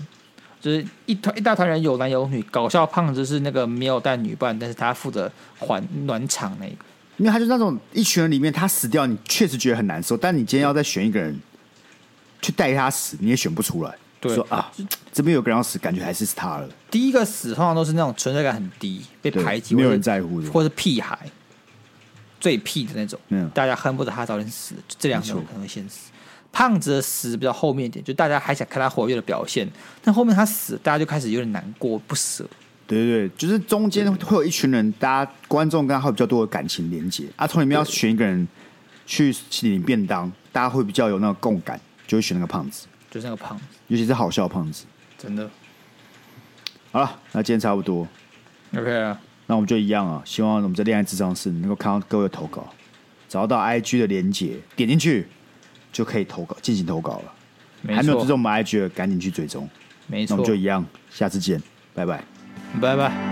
Speaker 2: 就是一团一大团人有男有女，搞笑胖子是那个没有带女伴，但是他负责还暖场那个。
Speaker 1: 因为他就是那种一群人里面他死掉，你确实觉得很难受，但你今天要再选一个人去带他死，你也选不出来。
Speaker 2: 对
Speaker 1: 说啊，这边有个人要死，感觉还是他了。
Speaker 2: 第一个死通常都是那种存在感很低、被
Speaker 1: 对
Speaker 2: 排挤，
Speaker 1: 没有
Speaker 2: 或是
Speaker 1: 人在乎的
Speaker 2: 或是屁孩，最屁的那种，
Speaker 1: 嗯
Speaker 2: 大家恨不得他早点死。就这两种
Speaker 1: 没错
Speaker 2: 可能会先死。胖子的死比较后面一点，就大家还想看他活跃的表现，但后面他死，大家就开始有点难过、不舍。
Speaker 1: 对对对，就是中间会有一群人，大家观众跟他会比较多的感情连接啊。从里面要选一个人去领便当，大家会比较有那个共感，就会选那个胖子，
Speaker 2: 就是那个胖子，
Speaker 1: 尤其是好笑的胖子。
Speaker 2: 真的
Speaker 1: 好了，那今天差不多，
Speaker 2: OK 啊，
Speaker 1: 那我们就一样啊。希望我们在恋爱智商室能够看到各位的投稿，找到 IG 的连接，点进去就可以投稿，进行投稿了。
Speaker 2: 没
Speaker 1: 还没有追
Speaker 2: 错，
Speaker 1: 踪我们 IG 的，赶紧去追踪。
Speaker 2: 没
Speaker 1: 那我
Speaker 2: 错
Speaker 1: 们就，一样，下次见，拜拜。
Speaker 2: 拜拜。